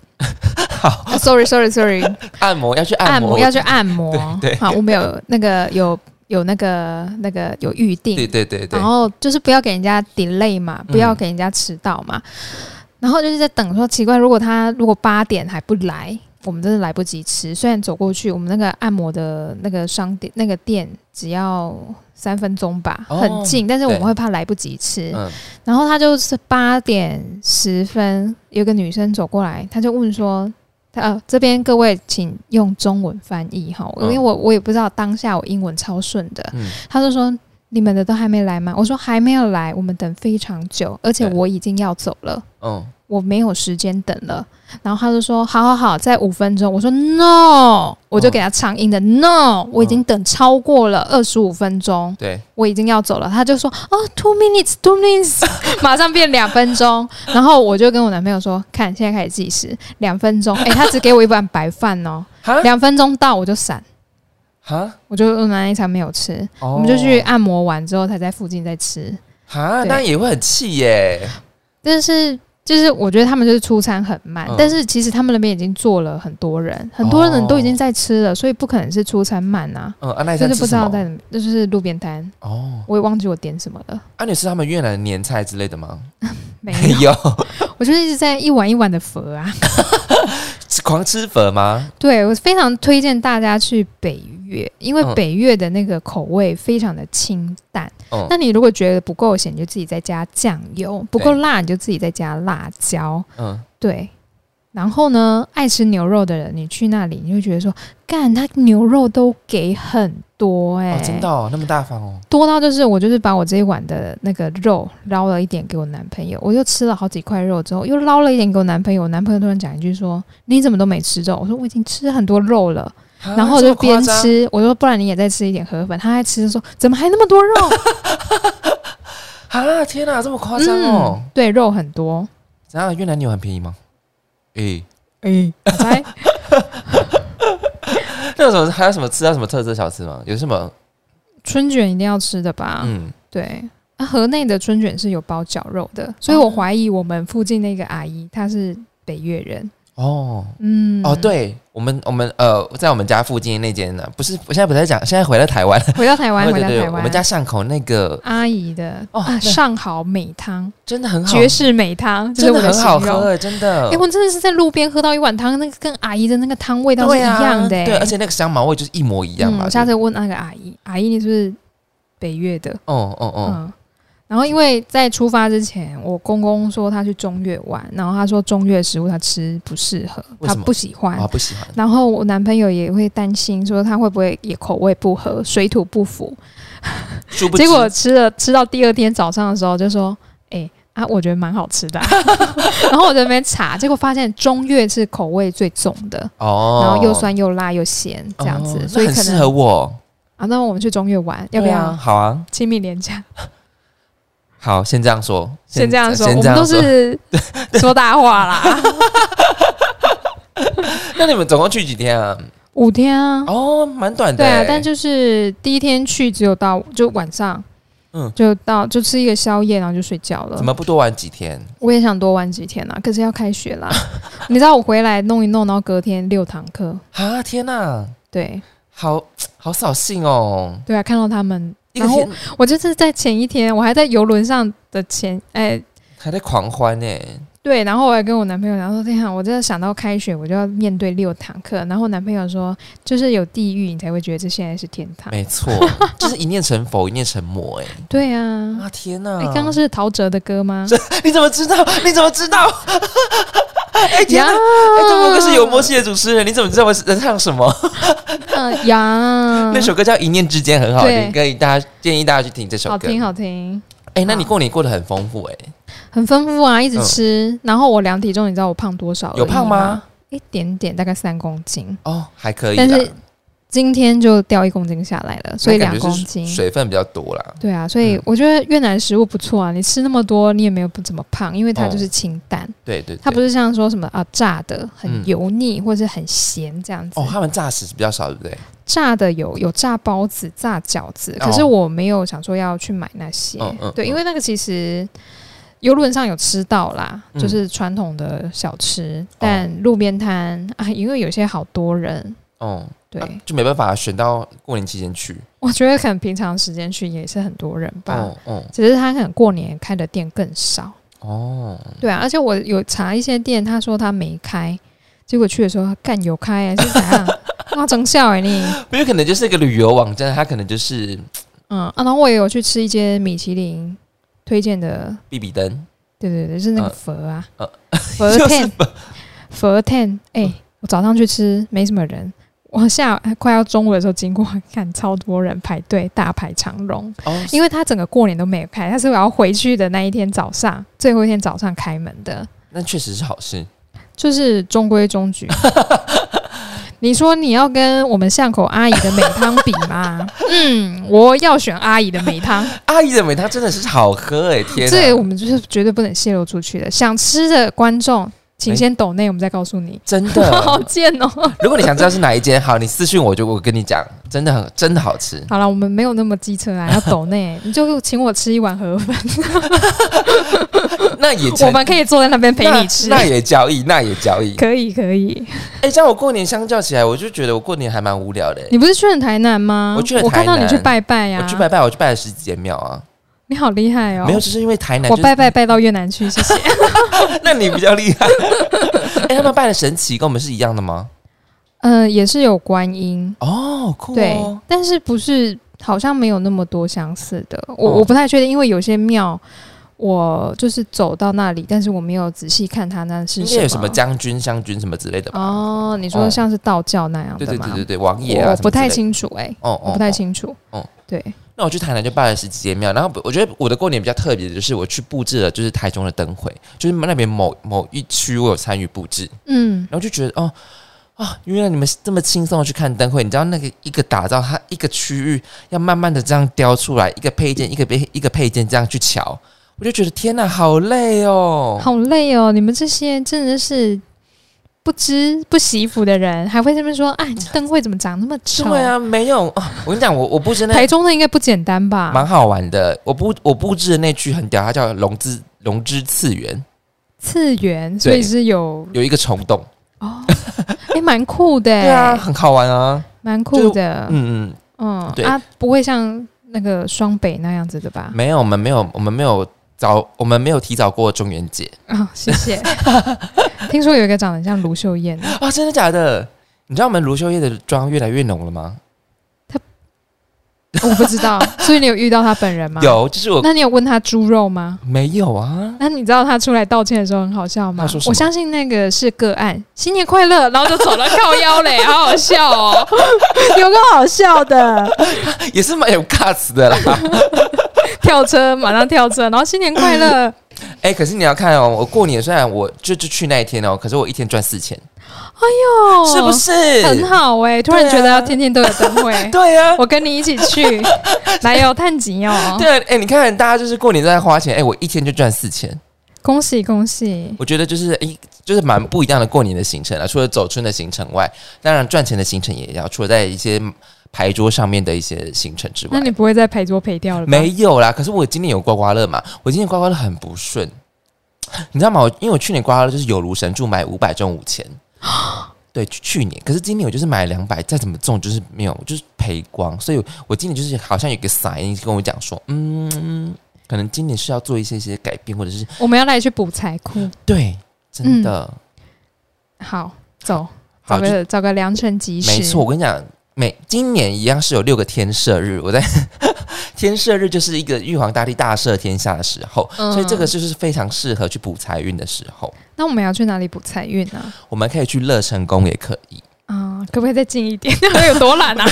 B: 好，
A: s o r r y sorry sorry，
B: 按摩要去按
A: 按
B: 摩，
A: 摩要去按摩。
B: 对对
A: 好，我们有那个有有那个那个有预定，
B: 对对对对嗯
A: 然，后就是不要给人家 delay 嘛，不要给人家迟到嘛。然后就是在等说，奇怪，如果他如果八点还不来，我们真的来不及吃。虽然走过去，我们那个按摩的那个商店那个店只要三分钟吧，
B: 哦
A: 很近，但是我们
B: 对
A: 会怕来不及吃。
B: 嗯，
A: 然后他就是八点十分，有个女生走过来，他就问说：“她呃，这边各位请用中文翻译哈，因
B: 嗯
A: 为我我也不知道当下我英文超顺的。
B: 嗯
A: 他就说：“你们的都还没来吗？”我说：“还没有来，我们等非常久，而且
B: 对
A: 我已经要走了。”
B: 嗯，
A: 我没有时间等了，然后他就说：“好好好，在五分钟。”我说：“No！” 我就给他长音的、“No！” 我已经等超过了二十五分钟。
B: 对，
A: 我已经要走了，他就说哦，two minutes，two minutes，马 <laughs> 上变两分钟。然后我就跟我男朋友说，看现在开始计时，两分钟。诶，他只给我一碗白饭哦，
B: 哈
A: 两分钟到我就闪，
B: 哈，哦
A: 我就那一餐没有吃，
B: 我
A: 我们就去按摩完之后才在附近再吃。
B: 哈，
A: 对
B: 那也会很气耶。
A: 但是就是我觉得他们就是出餐很慢，
B: 嗯
A: 但是其实他们那边已经坐了很多人，很多人
B: 哦
A: 都已经在吃了，所以不可能是出餐慢啊。
B: 嗯，啊，那你
A: 就
B: 在
A: 是
B: 吃
A: 不知
B: 什
A: 道
B: 么？
A: 在，就是路边摊，
B: 哦，
A: 我也忘记我点什么了，
B: 啊，你吃他们越南的年菜之类的吗？
A: 没有
B: 没。 <laughs> 有，
A: 我就是一直在一碗一碗的佛啊。 <laughs>
B: 吃狂吃粉吗？
A: 对我非常推荐大家去北越，因为
B: 嗯
A: 北越的那个口味非常的清淡。
B: 嗯
A: 那你如果觉得不够咸，你就自己再加酱油；不够辣，你就自己再加辣椒。
B: 嗯，
A: 对。然后呢，爱吃牛肉的人，你去那里，你就觉得说，干，他牛肉都给很多哎、
B: 哦，真的哦，那么大方哦。
A: 多到就是我就是把我这一碗的那个肉捞了一点给我男朋友，我又吃了好几块肉之后，又捞了一点给我男朋友。我男朋友突然讲一句说：“你怎么都没吃肉？”我说：“我已经吃很多肉了。”
B: 啊
A: 然后我就边，
B: 这么夸张
A: 吃，我说：“不然你也再吃一点河粉。”他还吃就说：“怎么还那么多肉
B: 啊，天哪，这么？”夸张哦
A: 嗯！，对，肉很多。
B: 怎样？越南牛很便宜吗？诶，
A: 哎， <laughs> 我猜
B: <laughs> 那有什么还有什么吃到什么特色小吃吗？有什么？
A: 春卷一定要吃的吧？
B: 嗯，
A: 对。啊河内的春卷是有包绞肉的，所以
B: 哦
A: 我怀疑我们附近那个阿姨她是北越人。
B: 哦，
A: 嗯，
B: 哦，，对，我们我们呃，在我们家附近那间呢，不是，我现在不在讲，现在回到台湾，
A: 回到台湾，
B: 对
A: 回
B: 对
A: 到
B: 对，
A: 台
B: 我
A: 湾
B: 们。家巷口那个
A: 阿姨的、
B: 哦
A: 啊，
B: 对
A: 上好美汤，
B: 真的很好，
A: 绝世美汤，这是
B: 真
A: 我
B: 的
A: 的
B: 很好
A: 形容。
B: 喝，真的
A: 哎、。我真的是在路边喝到一碗汤，那个跟阿姨的那个汤味道是一
B: 对啊
A: 样的、欸
B: 对，而且那个香茅味就是一模一样
A: 嗯，
B: 嘛。
A: 我下次问那个阿姨，阿姨你是不是北越的？
B: 哦哦哦，
A: 嗯，然后因为在出发之前，我公公说他去中越玩，然后他说中越食物他吃不适合，
B: 为
A: 他
B: 什么
A: 不嗯喜欢。
B: 啊，不喜欢。
A: 然后我男朋友也会担心说他会不会也口味不合，水土不服。
B: 殊不知
A: 结果吃了吃到第二天早上的时候，就说：“哎、啊，我觉得蛮好吃的啊、 <laughs> 然后我在那边查，结果发现中越是口味最重的，
B: 哦，
A: 然后又酸又辣又咸这样子，
B: 哦
A: 所以
B: 那很
A: 可
B: 适合
A: 能
B: 我，
A: 啊，那我们去中越玩要不
B: 对
A: 要？
B: 啊好啊，
A: 亲密廉价，
B: 好，先这样说，
A: 先这样说，
B: 先
A: 我
B: 这
A: 们
B: 样
A: 都
B: 说。
A: 是 <laughs> 说大话
B: <laughs>
A: 啦。
B: 那你们总共去几天啊？
A: 五天啊，
B: 哦，蛮短的
A: 对
B: 欸。
A: 啊，但就是第一天去只有到就晚上，
B: 嗯
A: 就到就吃一个宵夜，然后就睡觉了
B: 怎。么不多玩几天？
A: 我也想多玩几天啊，可是要开学
B: <laughs>
A: 啦。你知道我回来弄一弄，然后隔天六堂课，
B: 啊，天哪、
A: 对
B: 好好扫兴哦。
A: 对啊，看到他们，
B: 一个
A: 然后
B: 天
A: 我就是在前一天，我还在游轮上的前，哎、
B: 还在狂欢呢、
A: 对，然后我还跟我男朋友讲说，天啊，我真的想到开学我就要面对六堂课，然后我男朋友说，就是有地狱你才会觉得这现在是天堂，
B: 没
A: <laughs>
B: 错，就是一念成佛，一念成魔、哎，
A: 对啊。
B: 啊天哪、
A: 哎，刚刚是陶喆的歌吗？
B: 你怎么知道？你怎么知道？ <laughs> 哎、天
A: 呀
B: 哪！哎、这不愧是有默契的主持人，你怎么知道我在唱什么？
A: 嗯呀，
B: 那首歌叫《一念之间》，很好
A: 对
B: 听，可以大家建议大家去听这首歌。
A: 好听好听，
B: 哎、那你
A: 好
B: 过年过得很丰富哎、
A: 很丰富啊，一直吃。然后我量体重，你知道我胖多少？
B: 嗯有胖吗？？
A: 一点点，大概三公斤。
B: 哦，还可以啦，
A: 嗯但是今天就掉一公斤下来了，所以
B: 那感
A: 两
B: 觉
A: 公
B: 是
A: 斤。
B: 水分比较多啦。
A: 对啊，所以
B: 嗯
A: 我觉得越南食物不错啊，你吃那么多，你也没有不怎么胖，因为它就是清淡，
B: 对对对，
A: 它不是像说什么啊炸的很
B: 嗯
A: 油腻、或者很咸这样子。
B: 哦，他们炸食比较少，对不对？
A: 炸的有有炸包子、炸饺子，可是
B: 哦
A: 我没有想说要去买那些，
B: 嗯嗯
A: 对，
B: 嗯
A: 因为那个其实游轮上有吃到啦，
B: 嗯哦
A: 就是传统的小吃，但路边摊啊，因为有些好多人，
B: 哦，
A: 对、
B: 啊就没办法选到过年期间去。
A: 我觉得可能平常时间去也是很多人吧。
B: 哦哦
A: 只是他可能过年开的店更少，
B: 哦，
A: 对啊，而且我有查一些店，他说他没开，结果去的时候干有开、欸，是怎
B: <laughs>
A: 样？哇，真笑哎、你！
B: 因为可能就是一个旅游网站，它可能就是
A: 嗯、啊，然后我也有去吃一间米其林推荐的，
B: 比比登，
A: 对对对，是那个
B: 嗯
A: 佛啊，
B: 呃
A: <laughs> 佛 ten 佛 ten，哎，我早上去吃没什么人，我下午快要中午的时候经过，看超多人排队大排长龙，
B: 哦，
A: 因为他整个过年都没有开，他是我要回去的那一天早上，最后一天早上开门的，
B: 那确实是好事。
A: 就是中规中矩。你说你要跟我们巷口阿姨的美汤比吗？嗯，我要选阿姨的美汤。
B: 阿姨的美汤真的是好喝哎、天
A: 这个
B: 哪，
A: 我们就是绝对不能泄露出去的。想吃的观众，请先抖内，我们再告诉你。
B: 真
A: <laughs> 好
B: 的。
A: 贱
B: <laughs>
A: 哦！
B: 如果你想知道是哪一间，好，你私信我就我跟你讲，真的很真的好
A: <laughs>
B: 吃。
A: 好了，我们没有那么机车啊，要抖内，你就请我吃一碗河粉，
B: 那也
A: 我
B: 成
A: 们可以坐在那边陪你吃
B: 那，那也交易，那也交易。
A: 可以可以。
B: 哎、像我过年相较起来，我就觉得我过年还蛮无聊的、欸。
A: 你啊不是去了台南吗？
B: 我去了台
A: 看
B: 南
A: 到你去拜拜呀、
B: 我去拜拜，我去拜了十几间庙啊，
A: 你好厉害哦！
B: 没有，就是因为台南、
A: 我
B: 就是，
A: 拜拜拜到越南去，谢谢。
B: <laughs> 那你比较厉害。哎、他们拜的神奇跟我们是一样的吗？
A: 嗯，也是有观音，
B: 哦，酷
A: 对
B: 哦，，
A: 但是不是好像没有那么多相似的，我、
B: 哦
A: 我不太确定，因为有些庙我就是走到那里，但是我没有仔细看它那是
B: 应
A: 什么。
B: 该有什么将军、将军什么之类的吧？
A: 哦，你说
B: 哦
A: 像是道教那样
B: 对
A: 的
B: 对
A: 吗？
B: 对对对，王爷啊，
A: 我
B: 什么
A: 不太
B: 之类的。
A: 清楚哎、
B: 哦哦，
A: 我不太
B: 哦。
A: 清楚。
B: 哦
A: 对，
B: 那我去台南就拜了十几间庙，然后我觉得我的过年比较特别的就是我去布置了，就是台中的灯会，就是那边某某一区我有参与布置，
A: 嗯，
B: 然后就觉得哦啊，原来你们是这么轻松的去看灯会，你知道那个一个打造它一个区域要慢慢的这样雕出来，一个配件一个配一个配件这样去瞧，我就觉得天哪，好累哦。
A: 好累哦，你们这些真的是。不知不惜福的人还会这么说啊？你这灯会怎么长那么丑？
B: 对，啊，没有啊，我跟你讲，我我布置那
A: 台中的应该不简单吧？
B: 蛮好玩的，我布我布置的那区很屌，它叫龙之龙之次元，
A: 次元，所以
B: 对
A: 是有
B: 有一个虫洞，
A: 哦，哎、蛮酷的、
B: 对啊，，很好玩啊，
A: 蛮酷的，
B: 嗯嗯，
A: 嗯，
B: 对
A: 啊，不会像那个双北那样子的吧？
B: 嗯没有，我们没有，我们没有早，我们没有提早过中元节
A: 啊、谢谢。 <laughs> 听说有一个长得像卢秀燕的，
B: 啊，真的假的？你知道我们卢秀叶的妆越来越浓了吗？
A: 我不知道， <laughs> 所以你有遇到他本人吗？。
B: 有，就是我
A: 那你有问他猪肉吗？
B: 没有啊，
A: 那你知道他出来道歉的时候很好笑吗
B: 他说什？么
A: 我相信那个是个案，新年快乐，然后就走了，靠腰嘞， <laughs> 好好笑哦。
C: 有个好笑的，
B: <laughs> 也是蛮有 guts 的啦。
A: <laughs> 跳车，马上跳车，然后新年快乐，
B: <laughs> 哎、可是你要看哦，我过年虽然我就就去那一天哦，可是我一天赚四千，
A: 哦
B: 是不是？
A: 很。好哎、突然
B: 对啊
A: 觉得要天天都有灯会，
B: 对啊，
A: <laughs> 我跟你一起
B: <laughs>
A: 去，来哟、探景哦，
B: 对啊，哎、你看大家就是过年都在花钱，哎、我一天就赚四千，
A: 恭喜恭喜！
B: 我觉得就是哎、就是蛮不一样的过年的行程啊。除了走春的行程外，当然赚钱的行程也要，除了在一些牌桌上面的一些行程之外
A: 那，你不会再赔桌赔掉了吧？
B: 没有啦。可是我今年有刮刮乐嘛，我今年刮刮乐很不顺，你知道吗？我因为我去年刮刮乐就是有如神助，买五百中五千。对，去去年，可是今年我就是买两百，再怎么中就是没有，就是赔光。所以我今年就是好像有个 sign 跟我讲说，嗯，可能今年是要做一些一些改变，或者是
A: 我们要来去补财库。
B: 对，真的，
A: 好，走，
B: 好
A: 找
B: 就
A: 个找个良辰吉时。
B: 没错，我跟你讲，每今年一样是有六个天赦日，我在 <laughs> 天赦日就是一个玉皇大帝大赦天下的时候，
A: 嗯
B: 所以这个就是非常适合去补财运的时候。
A: 那我们要去哪里补财运啊呢？
B: 我们可以去乐成宫也可以， <laughs>
A: 啊、可不可以再近一点？那有多懒啊！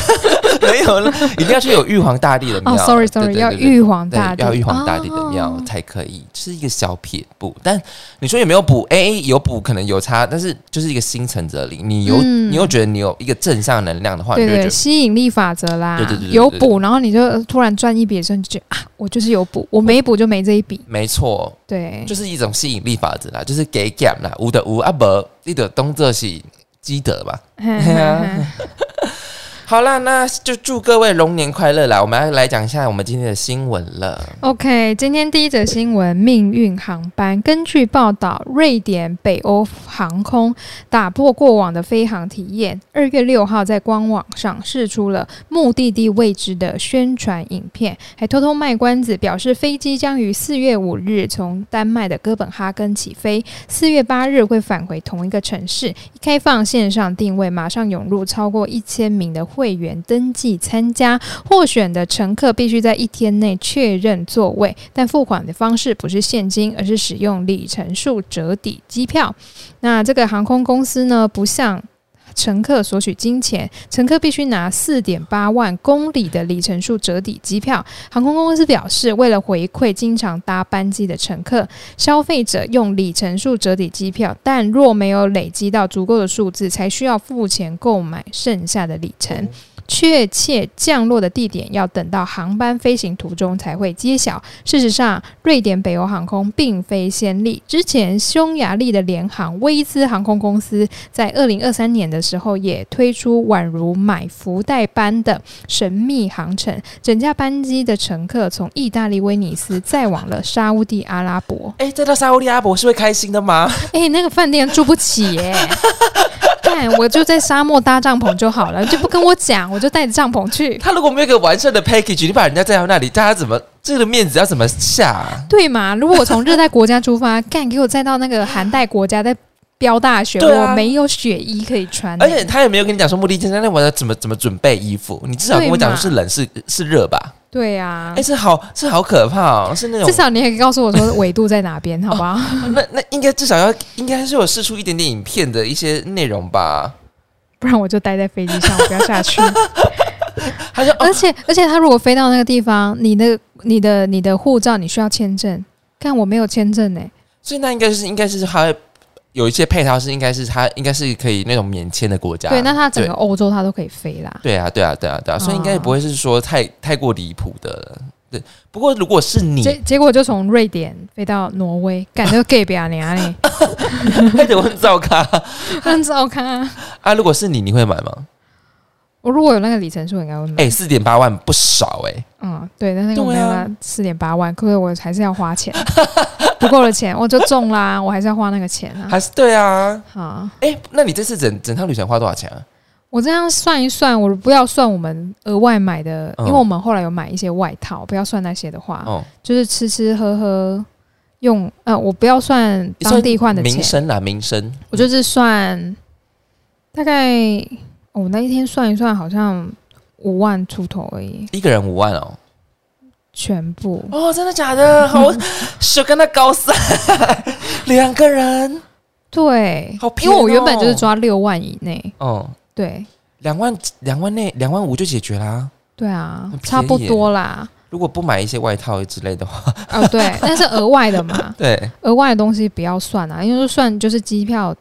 B: 没有了，一定要去有玉皇大帝的庙。
A: 哦，sorry
B: 对
A: sorry，
B: 对对
A: 要
B: 对
A: 玉皇
B: 对
A: 大帝，
B: 要玉皇大帝的庙
A: 哦
B: 才可以，是一个小撇步。但你说有没有补？哎、有补可能有差，但是就是一个心诚则灵。你有、
A: 嗯
B: 你又觉得你有一个正向能量的话，
A: 对
B: 你就会
A: 对，
B: 觉得
A: 吸引力法则啦，
B: 对对对对
A: 有
B: 对对
A: 补，然后你就呃突然赚一笔的时候，你就觉得啊，我就是有补，我没补就没这一笔。
B: 没错，
A: 对， <laughs>
B: 就是一种吸引力法则啦，就是给减啦，无的无啊不，你的动作是积德吧。 <laughs> 嘿啊好啦，那就祝各位龙年快乐啦！我们要来讲一下我们今天的新闻了。
A: OK，今天第一则新闻：命运航班。根据报道，瑞典北欧航空打破过往的飞航体验，二月六号在官网上试出了目的地未知的宣传影片，还偷偷卖关子，表示飞机将于四月五日从丹麦的哥本哈根起飞，四月八日会返回同一个城市。一开放线上定位，马上涌入超过一千名的会员登记参加，获选的乘客必须在一天内确认座位，但付款的方式不是现金，而是使用里程数折抵机票。那这个航空公司呢，不向乘客索取金钱，乘客必须拿四点八万公里的里程数折抵机票。航空公司表示，为了回馈经常搭班机的乘客，消费者用里程数折抵机票，但若没有累积到足够的数字，才需要付钱购买剩下的里程。确切降落的地点要等到航班飞行途中才会揭晓。事实上，瑞典北欧航空并非先例，之前匈牙利的联航威兹航空公司在二零二三年的时候也推出宛如买福袋般的神秘航程，整架班机的乘客从意大利威尼斯再往了沙乌地阿拉伯。
B: 哎、再到沙乌利阿伯是会开心的吗？
A: 哎、那个饭店住不起耶、看，我就在沙漠搭帐篷就好了，就不跟我讲，我就带着帐篷去。
B: 他如果没有一个完善的 package，你把人家载到那里，大家怎么这个面子要怎么下啊、
A: 对嘛？如果我从热带国家出发， <laughs> 干给我再到那个寒带国家，再飙大雪，
B: 对啊
A: 我没有雪衣可以穿欸、
B: 而且他也没有跟你讲说目的地，那我要怎么怎么准备衣服？你至少跟我讲说是冷是是热吧？
A: 对啊
B: 哎、，这好这好可怕哦，是哦那种
A: 至少你也可以告诉我说纬度在哪边，好不好？
B: 那那应该至少要应该是有试出一点点影片的一些内容吧？
A: <laughs> 不然我就待在飞机上，我不要下
B: <laughs>
A: 去。
B: 哦他说哦
A: 而且而且，他如果飞到那个地方，你的你的你的护照你需要签证，看我没有签证呢、
B: 所以那应该是应该是他有一些配套是应该是他应该是可以那种免签的国家。
A: 对，那他整个欧洲他都可以飞啦。
B: 对啊对啊对啊对啊，所以应该也
A: 哦
B: 不会是说太太过离谱的了。对，不过如果是你， <laughs>
A: 结结果就从瑞典飞到挪威，赶着 gay 表娘嘞，
B: 那得问赵咖
A: <laughs> 很糟看啊！
B: 啊，如果是你，你会买吗？
A: 我如果有那个里程数，应该会买。
B: 哎、四点八万不少哎、
A: 嗯，对，但那个
B: 对
A: 没有
B: 啊
A: 到四点八万，可是我还是要花
B: <laughs>
A: 钱，不够的钱我就中啦，我还是要花那个钱啊。
B: 还是对啊。
A: 好，
B: 哎、那你这次整整趟旅程花多少钱啊？
A: 我这样算一算，我不要算我们额外买的，
B: 嗯
A: 因为我们后来有买一些外套，不要算那些的话，
B: 哦，
A: 就是吃吃喝喝用，呃，我不要算
B: 你算
A: 当地换的
B: 民
A: 钱，
B: 生啦，民生。
A: 我哦就是算大概，我、那一天算一算，好像五万出头而已，
B: 一个人五万哦。
A: 全部。
B: 哦，真的假的？好， <laughs> 是跟他高三， <laughs> 两个人。
A: 对，
B: 好便
A: 因
B: 宜
A: 为我原本就是
B: 哦
A: 抓六万以内，
B: 哦，
A: 对
B: 两万两万内两万五就解决啦、
A: 对啊
B: 很，便宜
A: 差不
B: 耶
A: 多啦。
B: 如果不买一些外套之类的话，
A: 哦，对，那是额外的嘛，
B: 对，
A: 额外的东西不要算啊，因为算就是机票、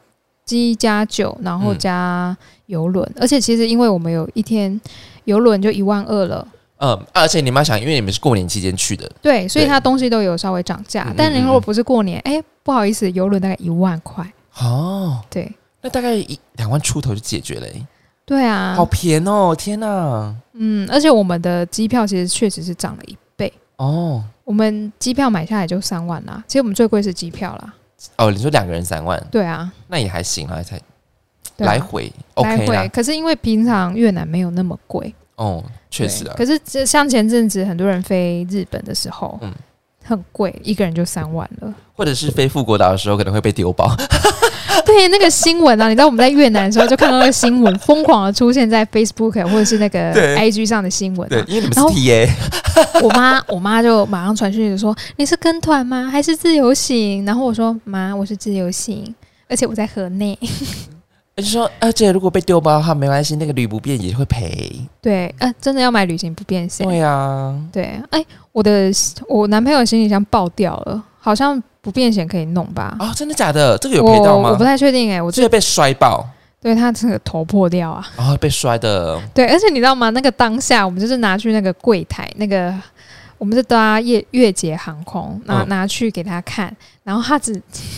A: 机加酒，然
B: 嗯
A: 后加游轮，而且其实因为我们有一天游轮就一万二了，
B: 嗯，而且你们要想，因为你们是过年期间去的，
A: 对，所以
B: 对
A: 它东西都有稍微涨价
B: 嗯。
A: 但
B: 嗯
A: 如果
B: 嗯
A: 不是过年，哎、不好意思，游轮大概一万块，
B: 哦，
A: 对
B: 那大概一两万出头就解决了、欸
A: 对啊
B: 好，便哦，天哪，
A: 嗯，而且我们的机票其实确实是涨了一倍，
B: 哦
A: 我们机票买下来就三万啦，其实我们最贵是机票啦，
B: 哦，你说两个人三万，
A: 对啊，
B: 那也还行啦，才
A: 对啊
B: 来回
A: 来
B: OK
A: 回，
B: 啦，
A: 可是因为平常越南没有那么贵，
B: 哦，确实
A: 对
B: 啊，
A: 可是这像前阵子很多人飞日本的时候，
B: 嗯
A: 很贵，一个人就三万了。 <laughs>
B: 或者是飞富国岛的时候可能会被丢包，
A: 对，那个新闻啊，你知道我们在越南的时候就看到那个新闻，疯狂的出现在 Facebook 啊或者是那个
B: 对
A: IG 上的新闻、
B: <laughs> 对
A: 啊。，
B: 因为你们是
A: 然后
B: TA，
A: 我妈，我妈就马上传讯息说：“你是跟团吗？还是自由行？”然后我说：“妈，我是自由行，而且我在河内。
B: 就说，而且如果被丢包的话，没关系，那个旅不便也会赔，”
A: 对，呃，真的要买旅行不便携。
B: 对啊，
A: 对，哎、我的我男朋友行李箱爆掉了，好像不便险可以弄吧？
B: 哦，真的假的？这个有赔到
A: 我我
B: 吗
A: 不？太确定哎、我
B: 这个被摔爆，
A: 对他这个头破掉啊！
B: 然、哦后被摔的，
A: 对，而且你知道吗？那个当下，我们就是拿去那个柜台，那个我们是搭越越捷航空，拿、
B: 嗯
A: 拿去给他看，然后他只 <laughs>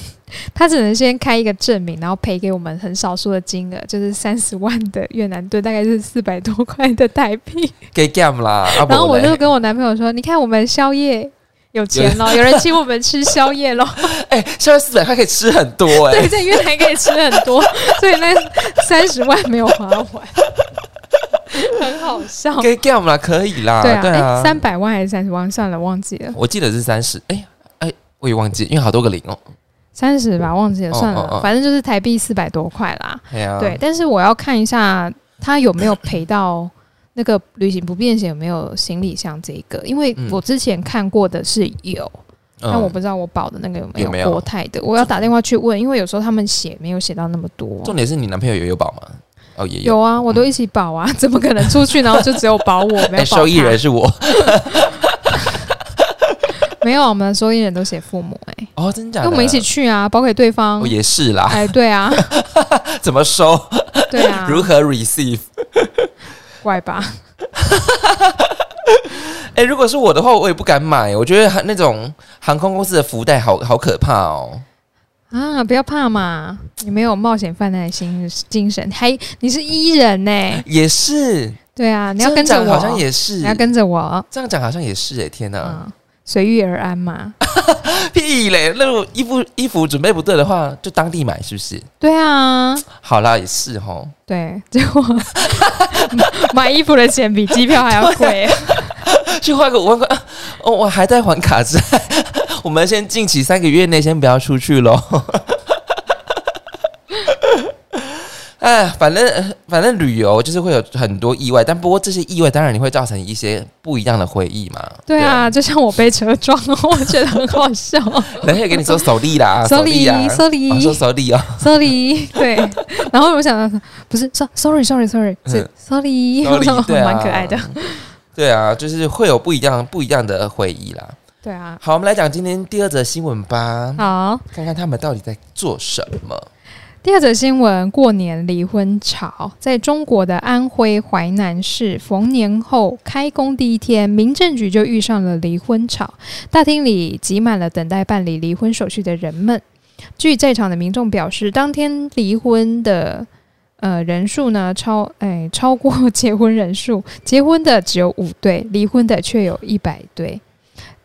A: 他只能先开一个证明，然后赔给我们很少数的金额，就是三十万的越南盾，大概是四百多块的台币。
B: 给 gam 啦，啊、
A: 然后
B: 不
A: 我
B: 嘞
A: 就跟我男朋友说：“你看，我们宵夜有钱咯，有人请我们吃宵夜咯。”
B: <laughs> 哎、下面四百块可以吃很多 <laughs> 哎、
A: 对，在越南可以吃很多， <laughs> 所以那三十万没有花完， <laughs> 很好笑。
B: <laughs> 给 gam 啦，可以啦，
A: 对
B: 对
A: 啊，
B: 啊，
A: 三百、300万还是三十万？算了，忘记了，
B: 我记得是三十，哎哎，我也忘记，因为好多个零哦，
A: 三十吧，忘记了，
B: 哦
A: 算了，
B: 哦哦
A: 反正就是台币四百多块啦。
B: 哎呀、
A: 对，，但是我要看一下他有没有赔到那个旅行不便险有没有行李箱这一个，因为
B: 嗯
A: 我之前看过的是有，但我不知道我保的那个有
B: 有没
A: 没
B: 有
A: 有国泰的，我要打电话去问，因为有时候他们写没有写到那么多。啊
B: 重点是你男朋友有有保吗？哦，也
A: 有
B: 有嗯
A: 啊，我都一起保啊，怎么可能出去然后就只有保
B: <laughs>
A: 我没有保
B: 哎，受益
A: 他
B: 人是我
A: 没有，我们收益人都写父母哎、
B: <laughs> 哦，真假
A: 因
B: 的？
A: 为我们一起去啊，保给对方
B: 哦，。也是啦， <laughs>
A: 哎，对啊，
B: 怎么收？
A: 对啊，
B: <laughs> 如何 receive？
A: 怪吧？
B: 哎，如果是我的话，我也不敢买，我觉得那种航空公司的福袋好好可怕哦。
A: 啊，不要怕嘛，你没有冒险犯难的心精神，还你是伊人呢、
B: <laughs> 也是，
A: 对啊，你
B: 这
A: 要
B: 样
A: 跟着
B: 讲
A: 我，
B: 好像也是，
A: 你要跟着我，
B: 这样讲好像也是哎，天哪，
A: 嗯，随遇而安嘛。
B: 屁嘞！那如果衣服衣服准备不对的话，就当地买是不是？
A: 对啊，
B: 好啦，也是吼。
A: 对，结果买衣服的钱比机票还要贵。
B: 去花个五万块、啊哦，我还在还卡债， <laughs> 我们先近期三个月内先不要出去喽。 <laughs> 哎，反正反正旅游就是会有很多意外，但不过这些意外当然你会造成一些不一样的回忆嘛。
A: 对啊，就像我被车撞了，我觉得很好笑。
B: 对，啊人家给你说手力啦， <laughs> 手力啊，哦说
A: Sorry，Sorry，
B: 手力哦，
A: sorry，对。然后我想到不是说 sorry，sorry，sorry，是
B: 嗯
A: sorry，
B: 手
A: 我
B: 力
A: 想
B: 对
A: <laughs>
B: 啊，
A: 蛮可爱的。。
B: 对啊，就是会有不一样不一样的回忆啦。
A: 对啊，
B: 好，我们来讲今天第二则新闻吧，
A: 好。
B: 看看他们到底在做什么。
A: 第二则新闻：过年离婚潮，在中国的安徽淮南市，逢年后开工第一天，民政局就遇上了离婚潮，大厅里挤满了等待办理离婚手续的人们。据在场的民众表示，当天离婚的呃人数呢超哎超过结婚人数，结婚的只有五对，离婚的却有一百对。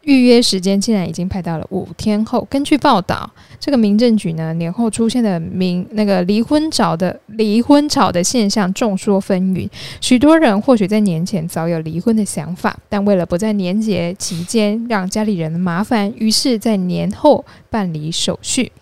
A: 预约时间竟然已经排到了五天后。根据报道，这个民政局呢，年后出现的民那个离婚潮的离婚潮的现象众说纷纭。许多人或许在年前早有离婚的想法，但为了不在年节期间让家里人麻烦，于是，在年后办理手续。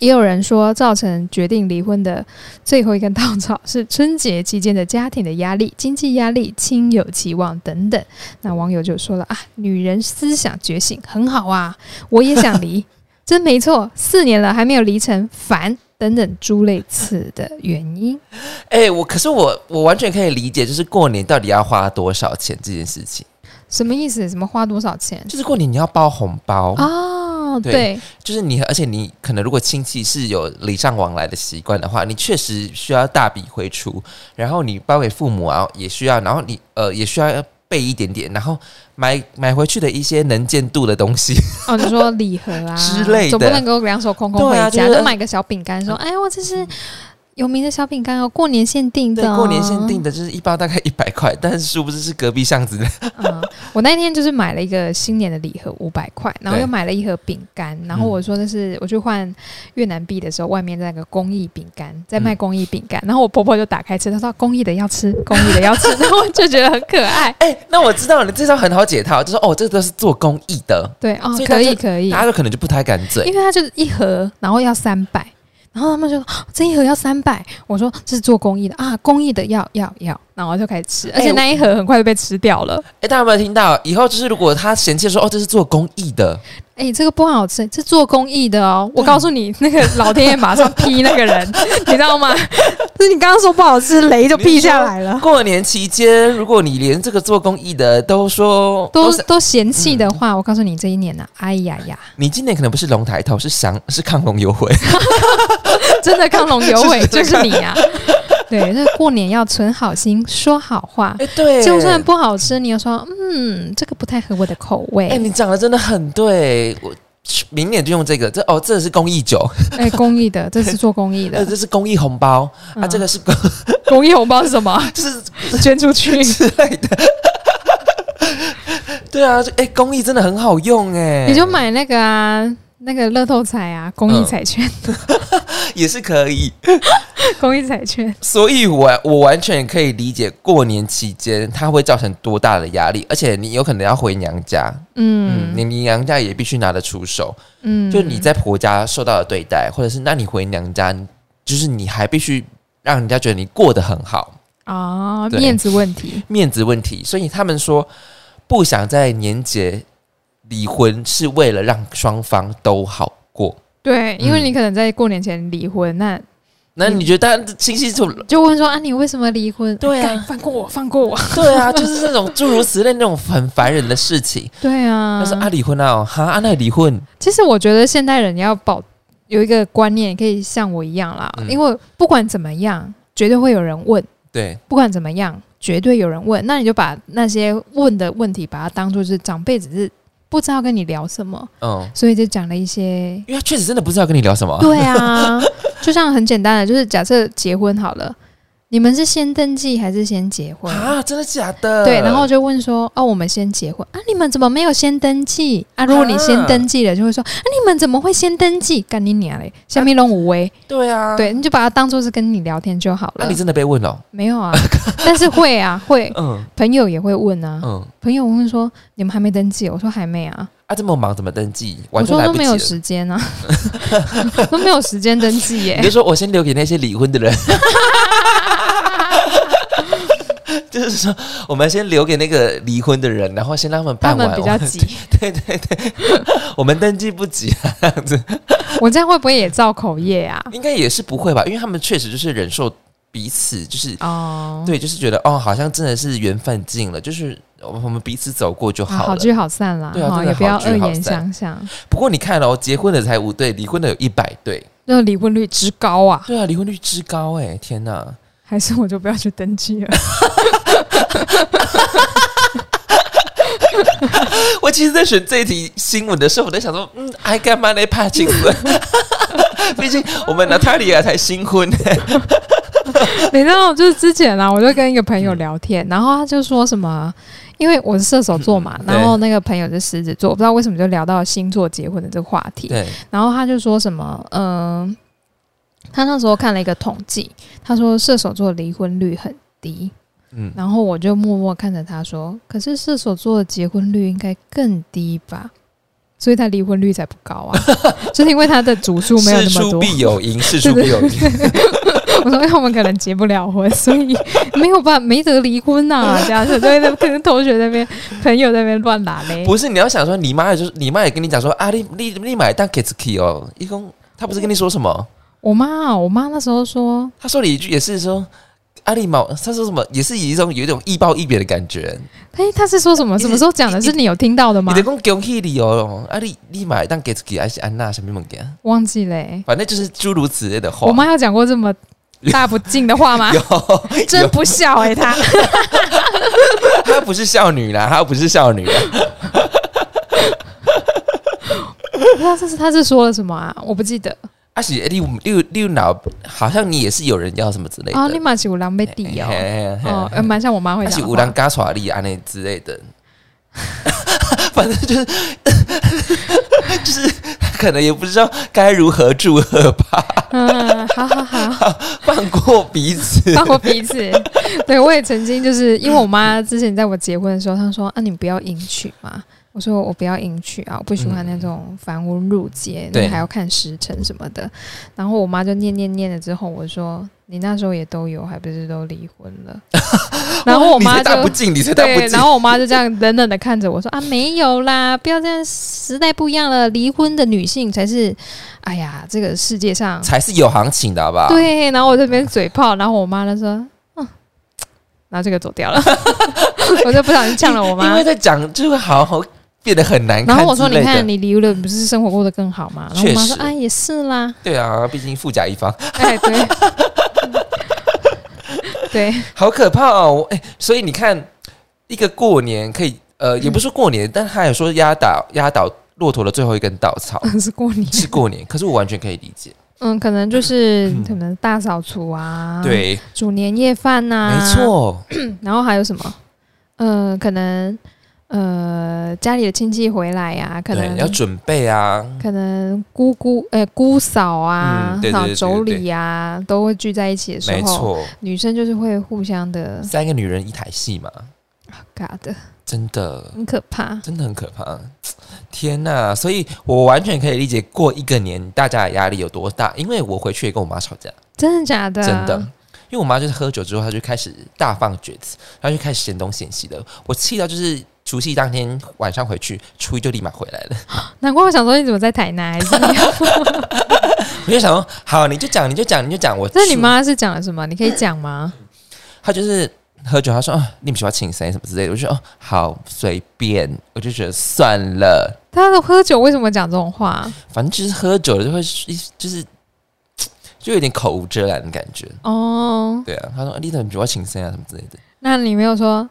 A: 也有人说，造成决定离婚的最后一根稻草是春节期间的家庭的压力、经济压力、亲友期望等等。那网友就说了啊，女人思想觉醒很好啊，我也想离，真没错，四年了还没有离成，烦等等诸类此的原因。
B: 哎、我可是我我完全可以理解，就是过年到底要花多少钱这件事情，
A: 什么意思？什么花多少钱？
B: 就是过年你要包红包，
A: 哦，
B: <laughs> 对
A: 对，
B: 就是你，而且你可能如果亲戚是有礼尚往来的习惯的话，你确实需要大笔挥出，然后你包给父母啊也需要，然后你呃也需要备一点点，然后买买回去的一些能见度的东西，
A: 哦，你说礼盒啊
B: 之类的嗯
A: 总不能给我两手空空回
B: 对
A: 家，
B: 啊就是
A: 就买个小饼干，说哎，我这是有名的小饼干哦，过年限定
B: 对
A: 的、，哦，
B: 过年限定的就是一包大概一百块，但是殊不知是隔壁巷子的，
A: 嗯，我那天就是买了一个新年的礼盒，五百块，然后
B: 对嗯
A: 又买了一盒饼干，然后我说的是我去换越南币的时候，外面那个公益饼干
B: 嗯
A: 在卖公益饼干，然后我婆婆就打开吃，她说公益的要吃，公益的要吃， <laughs> 然后我就觉得很可爱。
B: 哎、那我知道了，这招很好解套，就是哦，这都是做公益的，
A: 对哦
B: 所，以
A: 可
B: 大家
A: 以可以
B: 大，家都可能就不太敢嘴
A: 因为。它就是一盒，然后要三百，然后他们就啊这一盒要三百，我说这是做公益的啊，公益的要要要，然后我就开始吃，而且
B: 哎
A: 那一盒很快就被吃掉了。
B: 哎、大家有没有听到？以后就是如果他嫌弃说哦，这是做公益的，
A: 哎、这个不好吃，这做公益的
C: 嗯
A: 哦。我告诉你，那个老天爷马上劈那
C: <laughs>
A: 个人，你知道吗？
C: 就是你刚刚说不好吃，雷就劈下来
A: 啊
C: 了。
B: 过年期间，如果你连这个做公益的都说
A: 都
B: 是，
A: 都嫌弃的话，我告诉你，这一年呢、哎呀呀，
B: 你今年可能不是龙抬头，是祥 <laughs> 是亢龙
A: <laughs>
B: 有悔。
A: 真的亢龙有
C: <laughs>
A: 悔
B: 是
A: 就
B: 这个
A: 是你啊。对，那过年要存好心，说好话。
B: 哎、对，
A: 就算不好吃，你又说嗯，这个不太合我的口味。
B: 哎、
A: 哎、
B: 你讲的真的很对，我明年就用这个，这哦，这是公
A: <laughs>
B: 益酒，
C: 哎
A: 哎公
C: <laughs>
A: 益的，这是做公益的
B: 呃，。这是公益红包、啊，
A: 啊嗯
B: 这个是 <laughs> 公
A: 公益红包是什
C: <laughs>
A: 么？
B: 就是
A: 捐出去。
B: 之类的。对啊，就哎、公益真的很好用
A: <laughs>
B: 哎、
A: 你就买那个啊，那个乐透彩啊，公益
B: 嗯
A: 彩券，
B: 也是可以。
A: <laughs> 公益彩券。
B: 所以我我完全可以理解过年期间它会造成多大的压力，而且你有可能要回娘家，嗯，你你娘家也必须拿得出手，
A: 嗯
B: 就你在婆家受到的对待，或者是那你回娘家，就是你还必须让人家觉得你过得很好，
A: 哦，
B: 对
A: 面子问题，
B: 面子问题。所以他们说不想在年节离婚，是为了让双方都好过。
A: 对，因为
B: 嗯
A: 你可能在过年前离婚，那
B: 那你觉得当然清晰就
A: 就问说啊，你为什么离婚？哎
B: 对啊
A: 干放过我，放过我，
B: <laughs> 对啊，就是那种诸如此类那种很烦人的事情。
A: 对啊
B: 他说啊，离婚啊，哦哈，啊那离婚，
A: 其实我觉得现代人要保有一个观念，可以像我一样啦，
B: 嗯
A: 因为不管怎么样，绝对会有人问，
B: 对，
A: 不管怎么样，绝对有人问，那你就把那些问的问题，把它当做是长辈只是不知道跟你聊什么，
B: 嗯，
A: 所以就讲了一些
B: 因为他确实真的不知道跟你聊什么啊。
A: 对啊，就像很简单的，就是假设结婚好了，你们是先登记还是先结婚？
B: 啊，真的假的？
A: 对，然后就问说，哦，我们先结婚啊，你们怎么没有先登记啊？如果你先登记了，就会说，啊，你们怎么会先登记？干你娘嘞，下面弄无威，
B: 对啊，，
A: 对，你就把它当做是跟你聊天就好
B: 那
A: 了
B: 你。真的被问了？
A: 没
B: <laughs>
A: 有啊，但是会啊，会
B: 嗯
A: 朋友也会问啊，
B: 嗯，
A: 朋友问说你们还没登记？我说还没啊，
B: 啊这么忙怎么登记？
A: 我
B: 完全
A: 说
B: 来
A: 都
B: 不及
A: 没有
B: 了。
A: 时间啊， <laughs> 都没有时间登记耶、
B: 你就说我先留给那些离婚
A: <laughs>
B: 的人，就是说我们先留给那个离婚的人，然后先让他们
A: 他
B: 办
A: 们
B: 完。
A: 比较
B: 我
A: 急。
B: <laughs> 对对对， <laughs> 我们登记不急啊，这样子
A: <laughs> 我这样会不会也造口业啊？
B: 应该也是不会吧？因为他们确实就是忍受彼此，就是
A: 哦，
B: 对，就是觉得哦，好像真的是缘分尽了，就是我们我们彼此走过就
A: 啊
B: 好了。
A: 聚好散啦，
B: 对啊
A: 哈
B: 真的
A: 也不要
B: 好聚
A: 恶
B: 好
A: 言
B: 散
A: 相向，
B: 不过你看哦，结婚的才五对，离婚的有一百对。
A: 那离婚率之高啊， <laughs>
B: 对啊，离婚率之高哎、天哪！
A: 还是我就不要去登记了。 <laughs>
B: 我其实，在选这一题新闻的时候，我在想说，嗯，I got money p a t c h i n <laughs> 毕竟我们 Natalia 才
A: <laughs>
B: 新婚、
A: 你知道，就是之前啊，我就跟一个朋友聊天，
B: 嗯
A: 然后他就说什么，因为我是射手座嘛，
B: 对
A: 然后那个朋友是狮子座，不知道为什么就聊到星座结婚的这个话题，
B: 对，
A: 然后他就说什么，嗯、他那时候看了一个统计，他说射手座离婚率很低，
B: 嗯，
A: 然后我就默默看着他说：“可是射手座的结婚率应该更低吧？” <laughs> 所以他离婚率才不高啊， <laughs> 就是因为他的主数没有
B: 事
A: 那么
B: 出
A: 多。
B: 必有因，事出必有因。
A: <laughs> 我说，因为我们可能结不了婚， <laughs> 所以没有办法，没得离婚呐、这样子， <laughs> 对，跟同学那边、朋友那边乱打嘞。
B: 不是，你要想说，你妈也就是你妈也跟你讲说啊，你你你买蛋给 k 哦，一共她不是跟你说什么？
A: 我妈啊，我妈那时候说，
B: 她说了一句也是说。啊阿里毛，她说什么也是以一种有一种一褒一贬的感觉。
A: 哎、她是说什么？
B: 你
A: 什么时候讲的？是你有听到的
B: 你
A: 吗
B: 得？讲恭喜你哦，阿里立马当给自己啊还是安娜什么物件，
A: 忘记嘞、
B: 反正就是诸如此类的话。？
A: 我妈有讲过这么大不敬的话吗
B: 有
A: <laughs> 真不孝哎、
B: <laughs>
A: 她
B: 她不是少女啦，她不是少女啦，
A: 我不知道这是她是说了什么啊？我不记得
B: 阿喜六六六脑，好像你也是有人要什么之类的。
A: 啊。立马起五郎被
B: 嘿
A: 地
B: 嘿
A: 哦，
B: 嘿嘿
A: 哦，呃蛮像我妈会
B: 而
A: 讲
B: 且
A: 的
B: 五郎
A: 话。
B: 嘎耍力啊那之类的， <laughs> 反正就是 <laughs> 就是可能也不知道该如何祝贺吧，
A: 嗯，好好好。
B: 放过彼此。
A: 放过
B: <laughs>
A: 彼此。对我也曾经就是因为我妈之前在我结婚的时候，她说啊你不要迎娶嘛，我说我不要迎娶啊，我不喜欢那种繁文缛节，
B: 嗯对
A: 你还要看时辰什么的。然后我妈就念念念了之后，我说你那时候也都有，还不是都离婚了？
B: <laughs>
A: 然后我
B: 哇
A: 妈
B: 你才大不
A: 就。
B: 敬，你 <laughs> 才大不
A: 对，
B: 敬
A: 然。后我妈就这样冷冷的看着我说：“啊，没有啦，不要这样，时代不一样了，离婚的女性才是，哎呀，这个世界上
B: 才是有行情的好不好？
A: 对，然后我这边嘴炮，然后我妈就说，嗯，然后这个走掉了， <laughs> 我就不小心呛了我
B: 因
A: 妈
B: 为。在讲就会好好变得很难看
A: 然后我说：“
B: 之
A: 你
B: 类的
A: 看，你离了，你不是生活过得更好吗？”然后我妈说：“
B: 确实
A: 啊，也是啦，
B: 对啊，毕竟富甲一方，
A: 哎，对， <laughs> 对，
B: 好可怕哦！哎、所以你看，一个过年可以，
A: 嗯
B: 呃，也不是说过年，但他有说压倒压倒骆驼的最后一根稻草
A: 是过年，
B: 是过年，可是我完全可以理解。
A: 嗯，可能就是
B: 嗯
A: 可能大扫除啊，，
B: 对，
A: 煮年夜饭啊呐，
B: 没。错，
A: 然后还有什么？呃，可能呃，家里的亲戚回来呀，可
B: 对，
A: 能
B: 你要准备啊，
A: 可能姑姑、哎、姑嫂啊
B: 嗯、对对
A: 嫂
B: 对对
A: 妯
B: 对
A: 娌啊，都会聚在一起的时
B: 没
A: 候，
B: 错，
A: 女生就是会互相的
B: 三个女人一台戏嘛，
A: 尬的，
B: 真的
A: 很可怕。
B: 真的很可怕，天呐！所以我完全可以理解过一个年大家的压力有多大，因为我回去也跟我妈吵架，
A: 真的假的？
B: 真的。因为我妈就是喝酒之后，她就开始大放厥词，她就开始嫌东嫌西的。我气到就是除夕当天晚上回去，初一就立马回来了。 <laughs>
A: 难怪我想说你怎么在台南？还是你 <laughs>
B: 我就想说，好，你就讲，你就讲，你就讲。我
A: 那你
B: 初
A: 妈是讲了什么？你可以讲吗？
B: 他就是喝酒，他说啊，你们喜欢请谁什么之类的，我就说哦，好随便，我就觉得算了，
A: 她都喝酒为什么讲这种话？
B: 反正就是喝酒了就会一就是就有点口无遮拦的感觉。
A: 哦，
B: 对啊，他说啊你怎么喜欢请谁啊什么之类的，
A: 那你没有说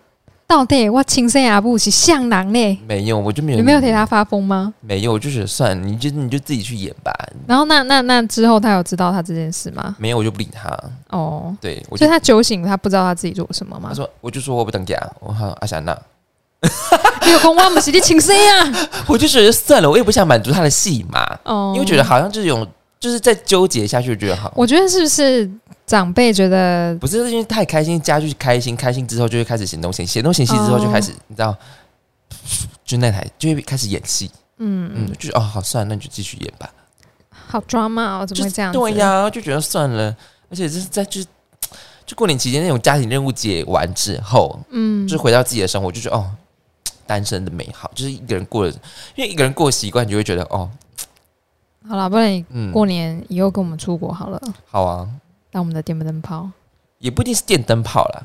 A: 到底我亲生阿布是向郎嘞？
B: 没有，我就没有，
A: 你没有替她，发疯吗？
B: 没有，我就觉得算了，你就你就自己去演吧，
A: 然后那那那之后，她有知道她这件事吗？
B: 没有我就不理他。
A: 哦，
B: 对，我
A: 所
B: 就
A: 以她酒醒，她不知道她自己做了什么吗
B: 他？说我就说我不等家，我好阿霞娜， <laughs>
A: 你 <laughs> 有讲我不是你亲生啊？
B: 我就觉得算了，我也不想满足他的戏码，
A: 哦
B: 因为觉得，好像就是有就是再纠结下去，觉得好。
A: 我觉得是不是长辈觉得
B: 不是因为太开心，家就是开心，开心之后就会开始嫌东嫌西，嫌东嫌西之后就开
A: 哦
B: 始，你知道，就那台就会开始演戏，嗯
A: 嗯，
B: 就是哦，好，算了，那你就继续演吧。
A: 好 drama 哦，怎么会这样子？
B: 对呀、就觉得算了，而且这是在就是就过年期间那种家庭任务解完之后，
A: 嗯，
B: 就是回到自己的生活，就觉得哦，单身的美好，就是一个人过的，因为一个人过习惯，你就会觉得哦，
A: 好了，不然你
B: 嗯，
A: 过年以后跟我们出国好了，
B: 好啊，
A: 当我们的电灯泡，
B: 也不一定是电灯泡啦，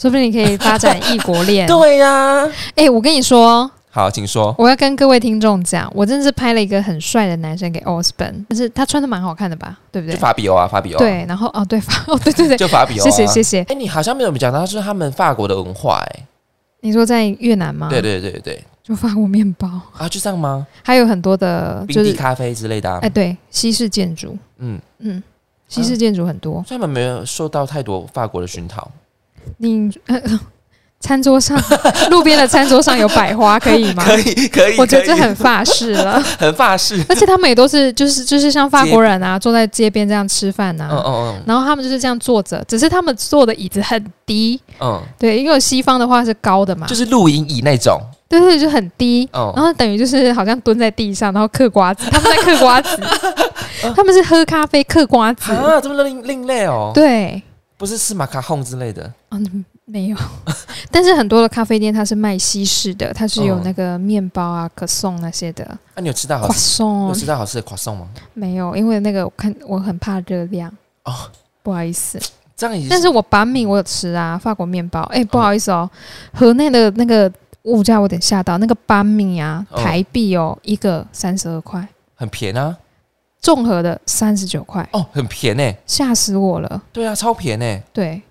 A: 说不定你可以发展异国恋。
B: <laughs> 对呀、
A: 哎，我跟你说，
B: 好，请说，
A: 我要跟各位听众讲，我真的是拍了一个很帅的男生给 Osborn，但是他穿的蛮好看的吧，对不
B: 就
A: 对？
B: 法比欧啊，法比欧、啊，，
A: 对，然后哦，对，发哦，对对
B: <laughs>
A: 对，
B: 就法比欧、
A: 谢
B: 啊，
A: 谢谢谢。
B: 哎、你好像没有讲到，就是他们法国的文化、欸，
A: 你说在越南吗？
B: 哎，对，对对对，
A: 就法国面包，
B: 啊，就这样吗？
A: 还有很多的，就
B: 冰
A: 是
B: 滴咖啡之类的、啊，
A: 哎，对，西式建筑，
B: 嗯，
A: 嗯，西式建筑很多。
B: 所以他们没有受到太多法国的熏陶，
A: 你、 <laughs> 呃、餐桌上， <laughs> 路边的餐桌上有百花，可 <laughs> 以吗？
B: 以 <laughs> 可以
A: 我觉得
B: 可
A: 这
B: 以
A: 很法式
B: <laughs>
A: 了，
B: 很法式，
A: 而且他们也都是就是就是像法国人啊，坐在街边这样吃饭呐、
B: 嗯嗯
A: 然后他们就是这样坐着，只是他们坐的椅子很低，
B: 嗯嗯，
A: 啊对，因为西方的话是高的嘛，
B: 就是露营椅那种，
A: 对对，就很低，
B: 哦
A: 然后等于就是好像蹲在地上，然后嗑瓜子，他们在嗑瓜
B: <laughs>
A: 子，他们是喝咖啡嗑瓜子，
B: 啊，这么另另类哦，
A: 对，
B: 不是是马卡洪之类的，
A: 嗯，没有， <laughs> 但是很多的咖啡店它是卖西式的，它是有
B: 嗯
A: 那个面包啊、可颂那些的，
B: 那、啊你有吃到好
A: 夸
B: 吃？有
A: 颂
B: 吃到好吃的 c 送吗？
A: 没有，因为那个我看我很怕热量
B: 哦，
A: 不好意思，
B: 这样也
A: 但是我板米我有吃啊，法国面包，哎、不好意思哦，河内的那个物价我有点吓到，那个板米啊，
B: 哦
A: 台币哦，一个三十二块，
B: 很便宜啊，
A: 综合的三十九块，
B: 哦，很便宜、欸，
A: 吓死我了，
B: 对啊，超便宜、欸，
A: 对。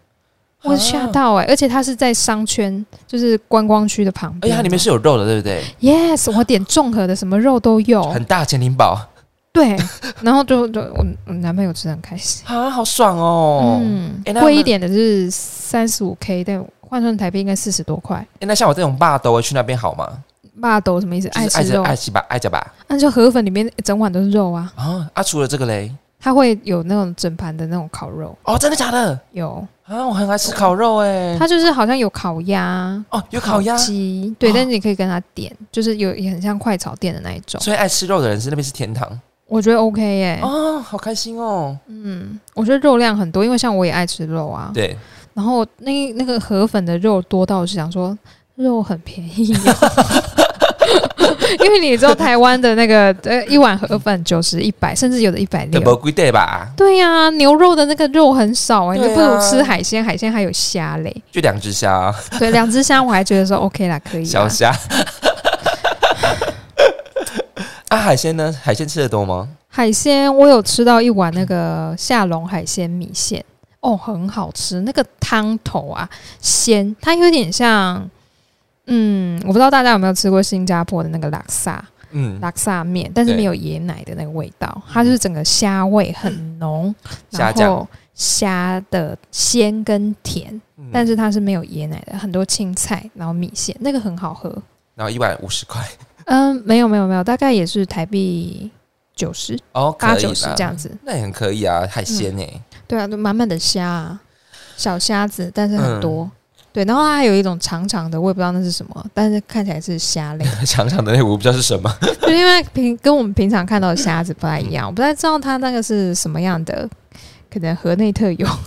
A: 我吓
B: 啊
A: 到哎、而且它是在商圈，就是观光区的旁边的。
B: 而且啊哎它里面是有肉的，对不对？
A: Yes，我点综合的，什么肉都有。
B: 很大千灵堡
A: 对， <laughs> 然后就就我我男朋友吃的很开心。
B: 啊，好爽哦！哎、
A: 嗯
B: 诶，那
A: 贵
B: 他
A: 一
B: 们
A: 点的是三十五 K，但换算台币应该四十多块。
B: 那像我这种霸都会去那边好吗？
A: 霸斗什么意思？
B: 就是爱
A: 吃肉，
B: 爱吃吧，爱吃吧
A: 那就河粉里面整碗都是肉啊。
B: 啊啊！除了这个嘞，
A: 它会有那种整盘的那种烤肉，
B: 哦，真的假的
A: 有，
B: 啊？我很爱吃烤肉哎、
A: 它就是好像有烤鸭、
B: 哦，有烤鸭，
A: 鸡，对，
B: 哦
A: 但是你可以跟他点，就是有也很像快炒店的那一种，
B: 所以爱吃肉的人是那边是天堂
A: 我觉得 OK 耶、
B: 哦，好开心哦。
A: 嗯，我觉得肉量很多，因为像我也爱吃肉啊，
B: 对，
A: 然后那那个河粉的肉多到我是想说肉很便宜、哦 <laughs> 因为你知道台湾的那个呃一碗河粉九十一百，甚至有的一百
B: 这不
A: 六。
B: 贵对吧？
A: 对呀、牛肉的那个肉很少哎、
B: 对啊
A: 你不如吃海鲜，海鲜还有虾嘞。
B: 就两只虾，
A: 对，两只虾我还觉得说 OK 啦，可以
B: 小
A: 啦。
B: 虾。 <laughs> 啊，海鲜呢？海鲜吃的多吗？
A: 海鲜我有吃到一碗那个下龙海鲜米线，哦，很好吃。那个汤头啊，鲜，它有点像，嗯，我不知道大家有没有吃过新加坡的那个拉萨，
B: 嗯，
A: 拉萨面，但是
B: 对
A: 没有椰奶的那个味道，它就是整个虾味很浓，
B: 虾
A: 然
B: 酱
A: 后虾的鲜跟甜，
B: 嗯
A: 但是它是没有椰奶的，很多青菜，然后米线，那个很好喝。
B: 然后一碗五十块，
A: 嗯，没有没有没有，大概也是台币九十
B: 哦，可
A: 八
B: 以
A: 九十
B: 啦
A: 这样子。
B: 那也很可以啊，海鲜呢、 <laughs>
A: 对啊，就满满的虾、啊，小虾子，但是
B: 嗯
A: 很多。对，然后它还有一种长长的，我也不知道那是什么，但是看起来是虾类， <laughs>
B: 长长的那个我不知道是什么，
A: 就因为平跟我们平常看到的虾子不太一样，我不太知道它那个是什么样的，可能河内特有。 <laughs>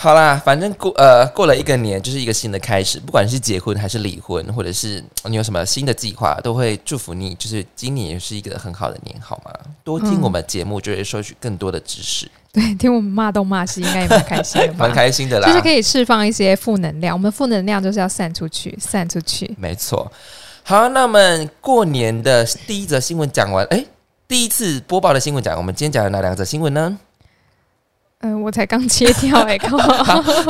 B: 好啦，反正过呃过了一个年，就是一个新的开始。不管是结婚还是离婚，或者是呃你有什么新的计划，都会祝福你。就是今年也是一个很好的年，好吗？多
A: 嗯
B: 听我们节目，就会收取更多的知识，
A: 对，听我们骂东骂西，应该也蛮开心的吧
B: 蛮？开心的啦。
A: 就是可以释放一些负能量，我们负能量就是要散出去，散出去。
B: 没错。好，那我们过年的第一则新闻讲完，哎，第一次播报的新闻讲，我们今天讲了哪两则新闻呢？
A: 嗯、我才 <laughs> 刚切掉哎、靠！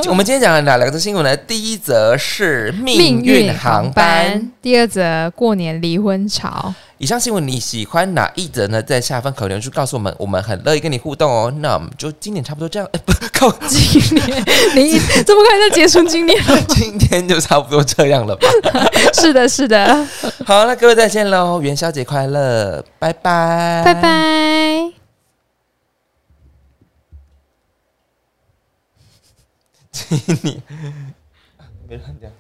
B: 我们今天讲了哪两则新闻呢？第一则是命运航班。，
A: 第二则过年离婚潮。
B: 以上新闻你喜欢哪一则呢？在下方留言处告诉我们，我们很乐意跟你互动哦。那我们就今年差不多这样， <laughs> 哎、不靠，
A: 今年， <laughs> 你这么快就结束今
B: <laughs>
A: 年？
B: 今天就差不多这样了吧？
A: 是的，是的，
B: 好，那各位再见喽，元宵节快乐，拜拜，
A: 拜。拜。
B: 别乱讲。